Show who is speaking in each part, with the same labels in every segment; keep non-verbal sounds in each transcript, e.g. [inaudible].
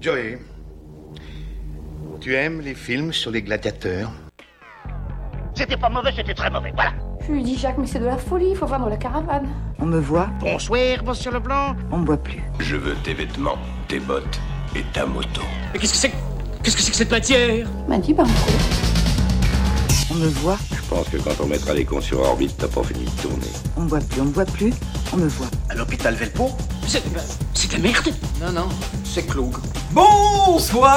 Speaker 1: Joey, tu aimes les films sur les gladiateurs
Speaker 2: C'était pas mauvais, c'était très mauvais, voilà.
Speaker 3: Je lui dis, Jacques, mais c'est de la folie, il faut vendre la caravane.
Speaker 4: On me voit,
Speaker 2: Bonsoir, monsieur Leblanc.
Speaker 4: on me voit plus.
Speaker 5: Je veux tes vêtements, tes bottes et ta moto.
Speaker 6: Mais qu'est-ce que c'est que- Qu'est-ce que c'est que cette matière
Speaker 3: Il m'a dit, bah, on court.
Speaker 4: On me voit,
Speaker 5: Je pense que quand on mettra les cons sur orbite, t'as pas fini de tourner.
Speaker 4: on me voit plus, on me voit plus, on me voit.
Speaker 2: À l'hôpital Velpo
Speaker 6: C'est c'est de la merde
Speaker 7: Non, non, c'est Cloug. Bonsoir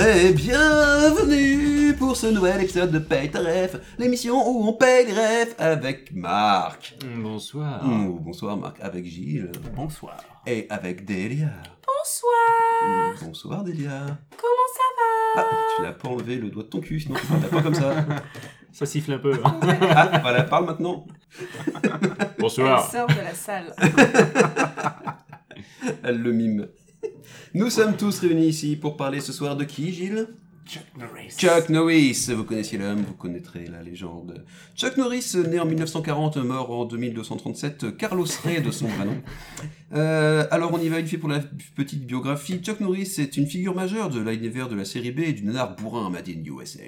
Speaker 7: et bienvenue pour ce nouvel épisode de Paye ta ref, l'émission où on paye les refs avec Marc.
Speaker 8: Mm, Bonsoir.
Speaker 5: Hmm.
Speaker 7: Ou bonsoir Marc, avec Gilles
Speaker 8: Bonsoir.
Speaker 7: et avec Delia. Bonsoir Bonsoir Delia. Comment ça va Ah, tu n'as pas enlevé le doigt de ton cul, sinon tu ne pas comme ça.
Speaker 8: Ça siffle un peu.
Speaker 7: [laughs]
Speaker 8: hein.
Speaker 7: Ah, voilà, parle maintenant.
Speaker 8: Bonsoir.
Speaker 9: sort de
Speaker 7: [laughs]
Speaker 9: la salle.
Speaker 7: Elle le mime. Nous sommes tous réunis ici pour parler ce soir de qui, Gilles Chuck Norris, vous connaissiez l'homme, vous connaîtrez la légende. Chuck Norris, né en 1940, mort en 2237, Carlos Ray de son vrai nom. Euh, alors on y va une fois pour la petite biographie. Chuck Norris est une figure majeure de l'univers de la série B et du nanar bourrin Made in USA.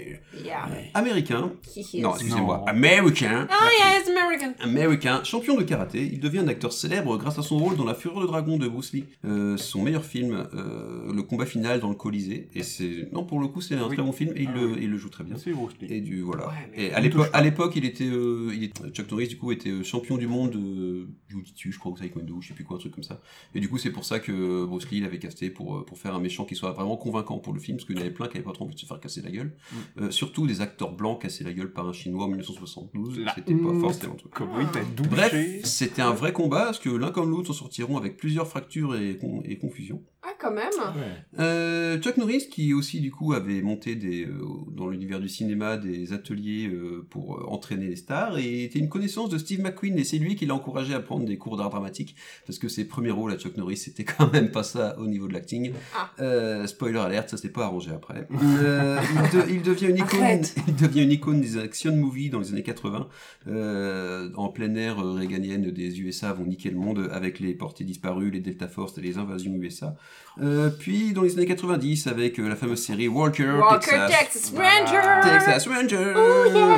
Speaker 9: Yeah.
Speaker 7: Américain,
Speaker 9: He is.
Speaker 7: non excusez-moi,
Speaker 8: Non.
Speaker 7: américain,
Speaker 9: Oh yeah, it's American.
Speaker 7: Américain, champion de karaté, il devient un acteur célèbre grâce à son rôle dans La Fureur de Dragon de Bruce Lee, Euh, son meilleur film, euh, le combat final dans le Colisée. Et c'est non pour le coup c'est un
Speaker 8: Oui.
Speaker 7: très bon film et il,
Speaker 8: Ah
Speaker 7: le,
Speaker 8: oui.
Speaker 7: il le joue très bien.
Speaker 8: C'est Bruce Lee.
Speaker 7: Et du voilà.
Speaker 8: Ouais, mais
Speaker 7: et
Speaker 8: on
Speaker 7: à
Speaker 8: me
Speaker 7: l'époque,
Speaker 8: touche pas.
Speaker 7: à l'époque, il était, euh, il était- Chuck Norris du coup était euh, champion du monde de jiu-jitsu, je crois ou taekwondo, je sais plus quoi, un truc comme ça. Et du coup c'est pour ça que Bruce Lee l'avait casté pour euh, pour faire un méchant qui soit vraiment convaincant pour le film, parce qu'il y en avait plein qui avaient pas trop envie de se faire casser la gueule.
Speaker 8: Mm.
Speaker 7: Euh, surtout des acteurs blancs cassés la gueule par un chinois en 1972,
Speaker 8: La
Speaker 7: c'était pas
Speaker 8: honte.
Speaker 7: forcément le truc.
Speaker 8: Comment il t'a
Speaker 7: ben,
Speaker 8: douché
Speaker 7: Bref, c'était un vrai combat, parce que l'un comme l'autre s'en sortiront avec plusieurs fractures et, con- et confusions.
Speaker 9: Ah, quand même.
Speaker 8: Ouais.
Speaker 7: Euh, Chuck Norris, qui aussi du coup avait monté des, euh, dans l'univers du cinéma des ateliers euh, pour euh, entraîner les stars, et était une connaissance de Steve McQueen, et c'est lui qui l'a encouragé à prendre des cours d'art dramatique, parce que ses premiers rôles à Chuck Norris, c'était quand même pas ça au niveau de l'acting.
Speaker 9: Ah.
Speaker 7: Euh, spoiler alert, ça s'est pas arrangé après.
Speaker 9: [laughs]
Speaker 7: Euh, il, de- il devient une icône,
Speaker 9: Arrête.
Speaker 7: il devient une icône des action movies dans les années 80, euh, en plein air euh, réganienne des USA vont niquer le monde avec les portées disparues, les Delta Force et les invasions USA. Euh, puis dans les années 90 avec euh, la fameuse série Walker,
Speaker 9: Walker
Speaker 7: Texas,
Speaker 9: Texas Oh, Ranger.
Speaker 7: Texas Ranger.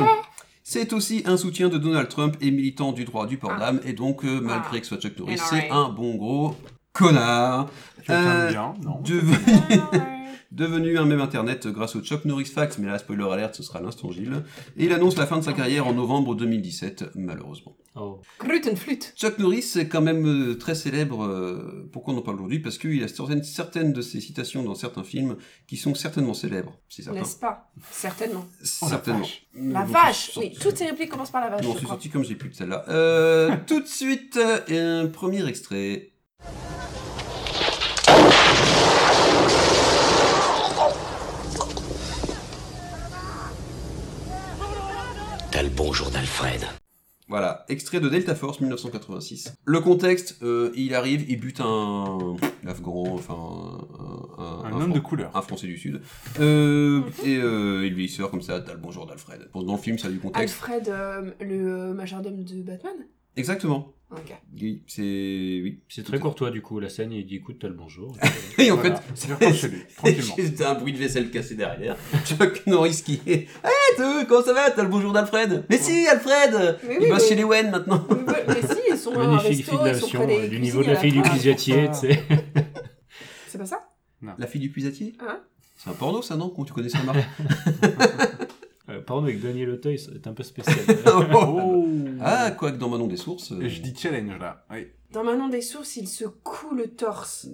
Speaker 7: C'est aussi un soutien de Donald Trump et militant du droit du port
Speaker 9: Ah.
Speaker 7: d'âme et donc euh, malgré
Speaker 9: Ah.
Speaker 7: que ce soit Chuck Norris,
Speaker 9: NRA.
Speaker 7: c'est un bon gros connard.
Speaker 8: Je t'aime
Speaker 7: Euh,
Speaker 8: bien, non
Speaker 7: Devenu, [laughs]
Speaker 9: [laughs]
Speaker 7: devenu un même internet grâce au Chuck Norris Facts, mais là, spoiler alert, ce sera l'instant Gilles. Et il annonce la fin de sa carrière en novembre 2017, malheureusement.
Speaker 8: Oh.
Speaker 9: Glutenflûte.
Speaker 7: Chuck Norris est quand même euh, très célèbre, euh, pourquoi on en parle aujourd'hui Parce qu'il a certaines, certaines de ses citations dans certains films qui sont certainement célèbres, c'est certain.
Speaker 9: N'est-ce pas Certainement.
Speaker 8: Oh, la
Speaker 7: Certainement.
Speaker 8: vache.
Speaker 9: La
Speaker 7: Donc,
Speaker 9: vache
Speaker 7: c'est
Speaker 9: Oui,
Speaker 7: sorti-
Speaker 9: toutes ces répliques commencent par la vache,
Speaker 7: Non,
Speaker 9: Ah, je
Speaker 7: c'est
Speaker 9: crois.
Speaker 7: sorti comme j'ai plus de celle-là. Euh, [laughs] tout de suite, euh, un premier extrait.
Speaker 5: T'as le bon jour d'Alfred.
Speaker 7: Voilà, extrait de Delta Force 1986. Le contexte, euh, il arrive, il bute un Afghan, enfin
Speaker 8: Un
Speaker 7: un, un- un
Speaker 8: homme
Speaker 7: Fran-
Speaker 8: de couleur.
Speaker 7: un Français du Sud. Euh, et euh, il lui sort comme ça, t'as le bonjour d'Alfred. Bon, Dans le film, ça a du contexte.
Speaker 9: Alfred, euh, le euh, majordome de Batman
Speaker 7: Exactement.
Speaker 9: Ok.
Speaker 7: Oui, c'est... [laughs] Oui.
Speaker 6: C'est très courtois du coup, la scène, il dit écoute, t'as le bonjour.
Speaker 7: Et en
Speaker 8: Voilà.
Speaker 7: fait,
Speaker 8: Je rentre chez
Speaker 7: [laughs]
Speaker 8: lui,
Speaker 7: c'est
Speaker 8: tranquillement.
Speaker 7: juste un bruit de vaisselle cassé derrière. [laughs] Chuck Norris qui est... Hé, hey, comment ça va T'as le bonjour d'Alfred Mais si, Alfred
Speaker 9: Mais
Speaker 7: Il bosse
Speaker 9: mais-
Speaker 7: chez les Wen maintenant
Speaker 9: mais, ouais, mais si, ils sont à un
Speaker 6: Magnifique
Speaker 9: resto,
Speaker 6: fille de
Speaker 9: ils sont près
Speaker 6: nation,
Speaker 9: des
Speaker 6: du niveau
Speaker 9: cuisines
Speaker 6: de la
Speaker 9: à
Speaker 6: fille du
Speaker 9: fin.
Speaker 6: cuisatier, tu sais.
Speaker 9: C'est pas ça
Speaker 7: La fille du puisatier
Speaker 9: Hein
Speaker 7: C'est un porno, ça, non Quand tu connais ça, [laughs] Marc
Speaker 6: Euh, Pardon, avec Daniel Auteuil, c'est un
Speaker 9: [laughs]
Speaker 6: peu spécial.
Speaker 8: Oh.
Speaker 7: Ah, quoique dans Manon des Sources... euh,
Speaker 8: Et Je dis challenge là. Oui.
Speaker 9: Dans Manon des Sources, il se coud le torse.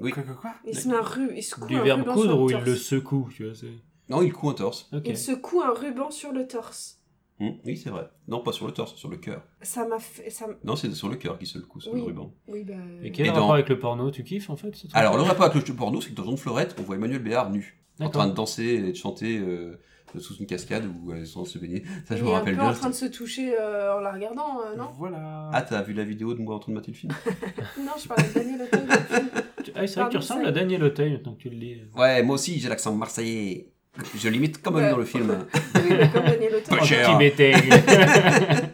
Speaker 7: Oui.
Speaker 8: Quoi, quoi, quoi
Speaker 9: Il se met un ru... il se coud
Speaker 6: du
Speaker 9: un
Speaker 6: verbe
Speaker 9: ruban
Speaker 6: coudre
Speaker 9: sur
Speaker 6: où
Speaker 9: le
Speaker 6: il
Speaker 9: torse.
Speaker 6: le secoue, tu vois. c'est-
Speaker 7: Non, il coud un torse.
Speaker 6: Ok.
Speaker 9: Il se coud un ruban sur le torse.
Speaker 7: Hmm, oui, c'est vrai. Non, pas sur le torse, sur le cœur.
Speaker 9: Ça m'a fait... Ça... m-
Speaker 7: Non, c'est sur le cœur qui se le coup, sur
Speaker 9: Oui.
Speaker 7: le ruban.
Speaker 9: Oui, bah...
Speaker 6: Et quel
Speaker 7: Et
Speaker 6: rapport
Speaker 7: dans-
Speaker 6: avec le porno Tu kiffes en fait ce truc
Speaker 7: Alors, le rapport avec le jeu porno, c'est que dans Jean de Fleurette, on voit Emmanuel Béard nu, en
Speaker 6: D'accord.
Speaker 7: train de danser et de chanter euh, sous une cascade ou euh, sans se baigner. Ça, je
Speaker 9: il
Speaker 7: me
Speaker 9: est un
Speaker 7: rappelle
Speaker 9: peu
Speaker 7: bien.
Speaker 9: en train de se toucher euh, en la regardant,
Speaker 8: [laughs]
Speaker 9: euh, non
Speaker 8: Voilà.
Speaker 7: Ah, t'as vu la vidéo de moi en train de mater le film
Speaker 9: Non, je parlais de Daniel Auteuil. dans le film.
Speaker 6: Tu- Ah, c'est vrai que tu
Speaker 9: Pardon,
Speaker 6: ressembles
Speaker 9: ça-
Speaker 6: à Daniel Auteuil maintenant que tu le euh. dis.
Speaker 7: Ouais, moi aussi, j'ai l'accent marseillais. Je l'imite comme même
Speaker 9: Ouais.
Speaker 7: dans le film. [laughs]
Speaker 9: Oui, mais comme Daniel Auteuil.
Speaker 7: Pas cher.
Speaker 6: Petit bétaigne.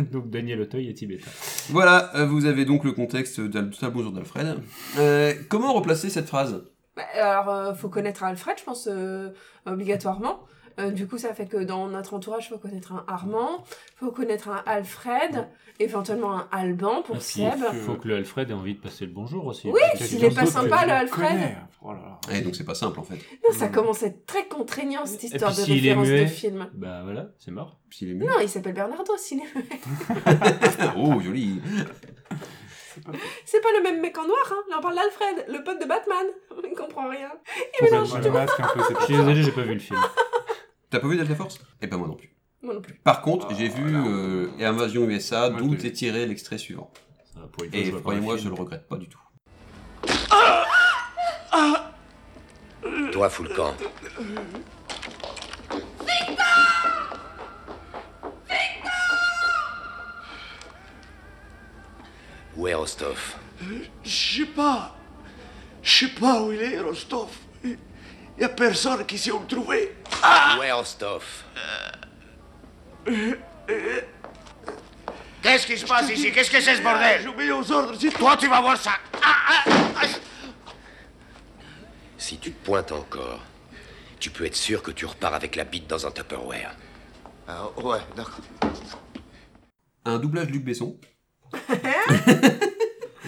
Speaker 6: Oh, [laughs] Donc Daniel Auteuil est tibétain.
Speaker 7: Voilà, euh, vous avez donc le contexte d'Al- du bonjour d'Alfred. Euh, comment replacer cette phrase
Speaker 9: Bah, alors, euh, faut connaître un Alfred, je pense, euh, obligatoirement. Euh, du coup, ça fait que dans notre entourage, faut connaître un Armand, faut connaître un Alfred, éventuellement un Alban pour
Speaker 6: Ah, puis,
Speaker 9: Seb.
Speaker 6: Il faut que le Alfred ait envie de passer le bonjour aussi.
Speaker 9: Oui,
Speaker 6: Peut-être
Speaker 9: s'il
Speaker 6: quelqu'un
Speaker 9: est pas
Speaker 6: d'autre que
Speaker 9: sympa,
Speaker 6: lui.
Speaker 9: le Alfred.
Speaker 8: Connais. Oh là là.
Speaker 7: Et Eh, donc c'est pas simple en fait.
Speaker 9: Non, ça commence à être très contraignant, cette histoire
Speaker 6: puis
Speaker 9: de
Speaker 6: s'il est
Speaker 9: référence de
Speaker 6: muet
Speaker 9: film.
Speaker 6: Bah voilà, c'est mort.
Speaker 7: S'il est mieux.
Speaker 9: [laughs] Non, il s'appelle Bernardo, s'il est muet.
Speaker 7: Oh joli.
Speaker 9: C'est pas le même mec en noir, hein. Là, on parle d'Alfred, le pote de Batman. [laughs] On ne comprend rien.
Speaker 6: Faut
Speaker 8: Ça
Speaker 6: que-
Speaker 8: me met le masque un peu, c'est
Speaker 6: Je suis
Speaker 8: pour ça.
Speaker 6: désolé, j'ai pas vu le film.
Speaker 7: T'as pas vu Delta Force Eh ben moi non plus.
Speaker 9: Moi non plus.
Speaker 7: Par contre, j'ai vu
Speaker 8: là.
Speaker 7: euh, Invasion USA,
Speaker 8: Moi,
Speaker 7: d'où
Speaker 8: je l'ai.
Speaker 7: est tiré l'extrait suivant.
Speaker 6: Ça va, pour une fois, je
Speaker 7: Et
Speaker 6: vois pas
Speaker 7: croyez-moi, je
Speaker 6: film.
Speaker 7: le regrette pas du tout.
Speaker 5: Toi, Foulcan. Où est Rostov
Speaker 2: Je sais pas. Je sais pas où il est, Rostov. Y a personne qui sait où le trouver.
Speaker 5: Où est Rostov
Speaker 2: Qu'est-ce qui se passe ici Qu'est-ce que c'est ce bordel Je mets aux ordres, c'est toi, tu vas voir ça. Ah,
Speaker 5: Si tu te pointes encore, tu peux être sûr que tu repars avec la bite dans un Tupperware.
Speaker 2: Ah, ouais, d'accord.
Speaker 7: Un doublage Luc Besson.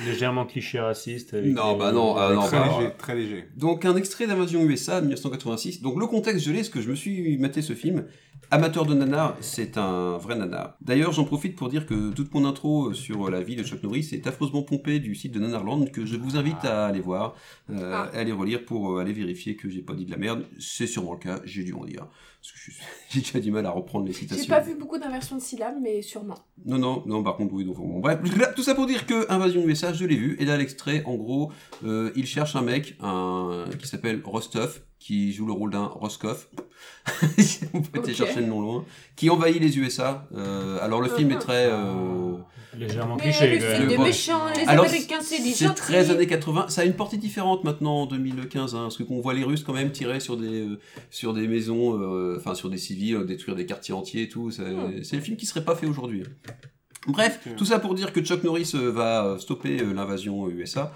Speaker 6: Légèrement cliché raciste. avec
Speaker 7: Non,
Speaker 6: les-
Speaker 7: bah non, ah, non,
Speaker 8: Très
Speaker 7: bah,
Speaker 8: léger, très léger.
Speaker 7: Donc un extrait d'Invasion USA 1986. Donc le contexte, je l'ai, parce que je me suis maté ce film. Amateur de nanar, c'est un vrai nanar. D'ailleurs, j'en profite pour dire que toute mon intro sur la vie de Chuck Norris est affreusement pompée du site de Nanarland, que je vous invite à aller voir, euh,
Speaker 9: Ah.
Speaker 7: à aller relire pour euh, aller vérifier que j'ai pas dit de la merde. C'est sûrement le cas, j'ai dû en dire. Parce que je suis- [laughs] j'ai déjà du mal à reprendre les citations.
Speaker 9: J'ai pas vu beaucoup d'inversions de syllabes, mais sûrement.
Speaker 7: Non, non, non, par contre, oui, donc, bon, bref, tout ça pour dire que Invasion USA, je l'ai vu, et là, l'extrait, en gros, euh, il cherche un mec un, qui s'appelle Rostov, qui joue le rôle d'un Roscoff, [laughs] on peut aller
Speaker 9: Ok.
Speaker 7: chercher le nom loin, qui envahit les USA. euh, alors, le film est très... euh,
Speaker 6: Légèrement
Speaker 9: Mais
Speaker 6: cliché. euh,
Speaker 9: lui,
Speaker 6: quand
Speaker 9: c'est
Speaker 6: même.
Speaker 9: des
Speaker 7: Ouais.
Speaker 9: méchants, les
Speaker 7: alors,
Speaker 9: Américains, c'est des
Speaker 7: c'est
Speaker 9: gentils.
Speaker 7: très années 80, ça a une portée différente maintenant en 2015, hein, parce qu'on voit les Russes quand même tirer sur des, euh, sur des maisons, euh, enfin sur des civils, euh, détruire des quartiers entiers et tout. ça-
Speaker 9: Hmm.
Speaker 7: C'est le film qui serait pas fait aujourd'hui. hein. Bref,
Speaker 8: Ok.
Speaker 7: tout ça pour dire que Chuck Norris euh, va euh, stopper euh, l'invasion euh, USA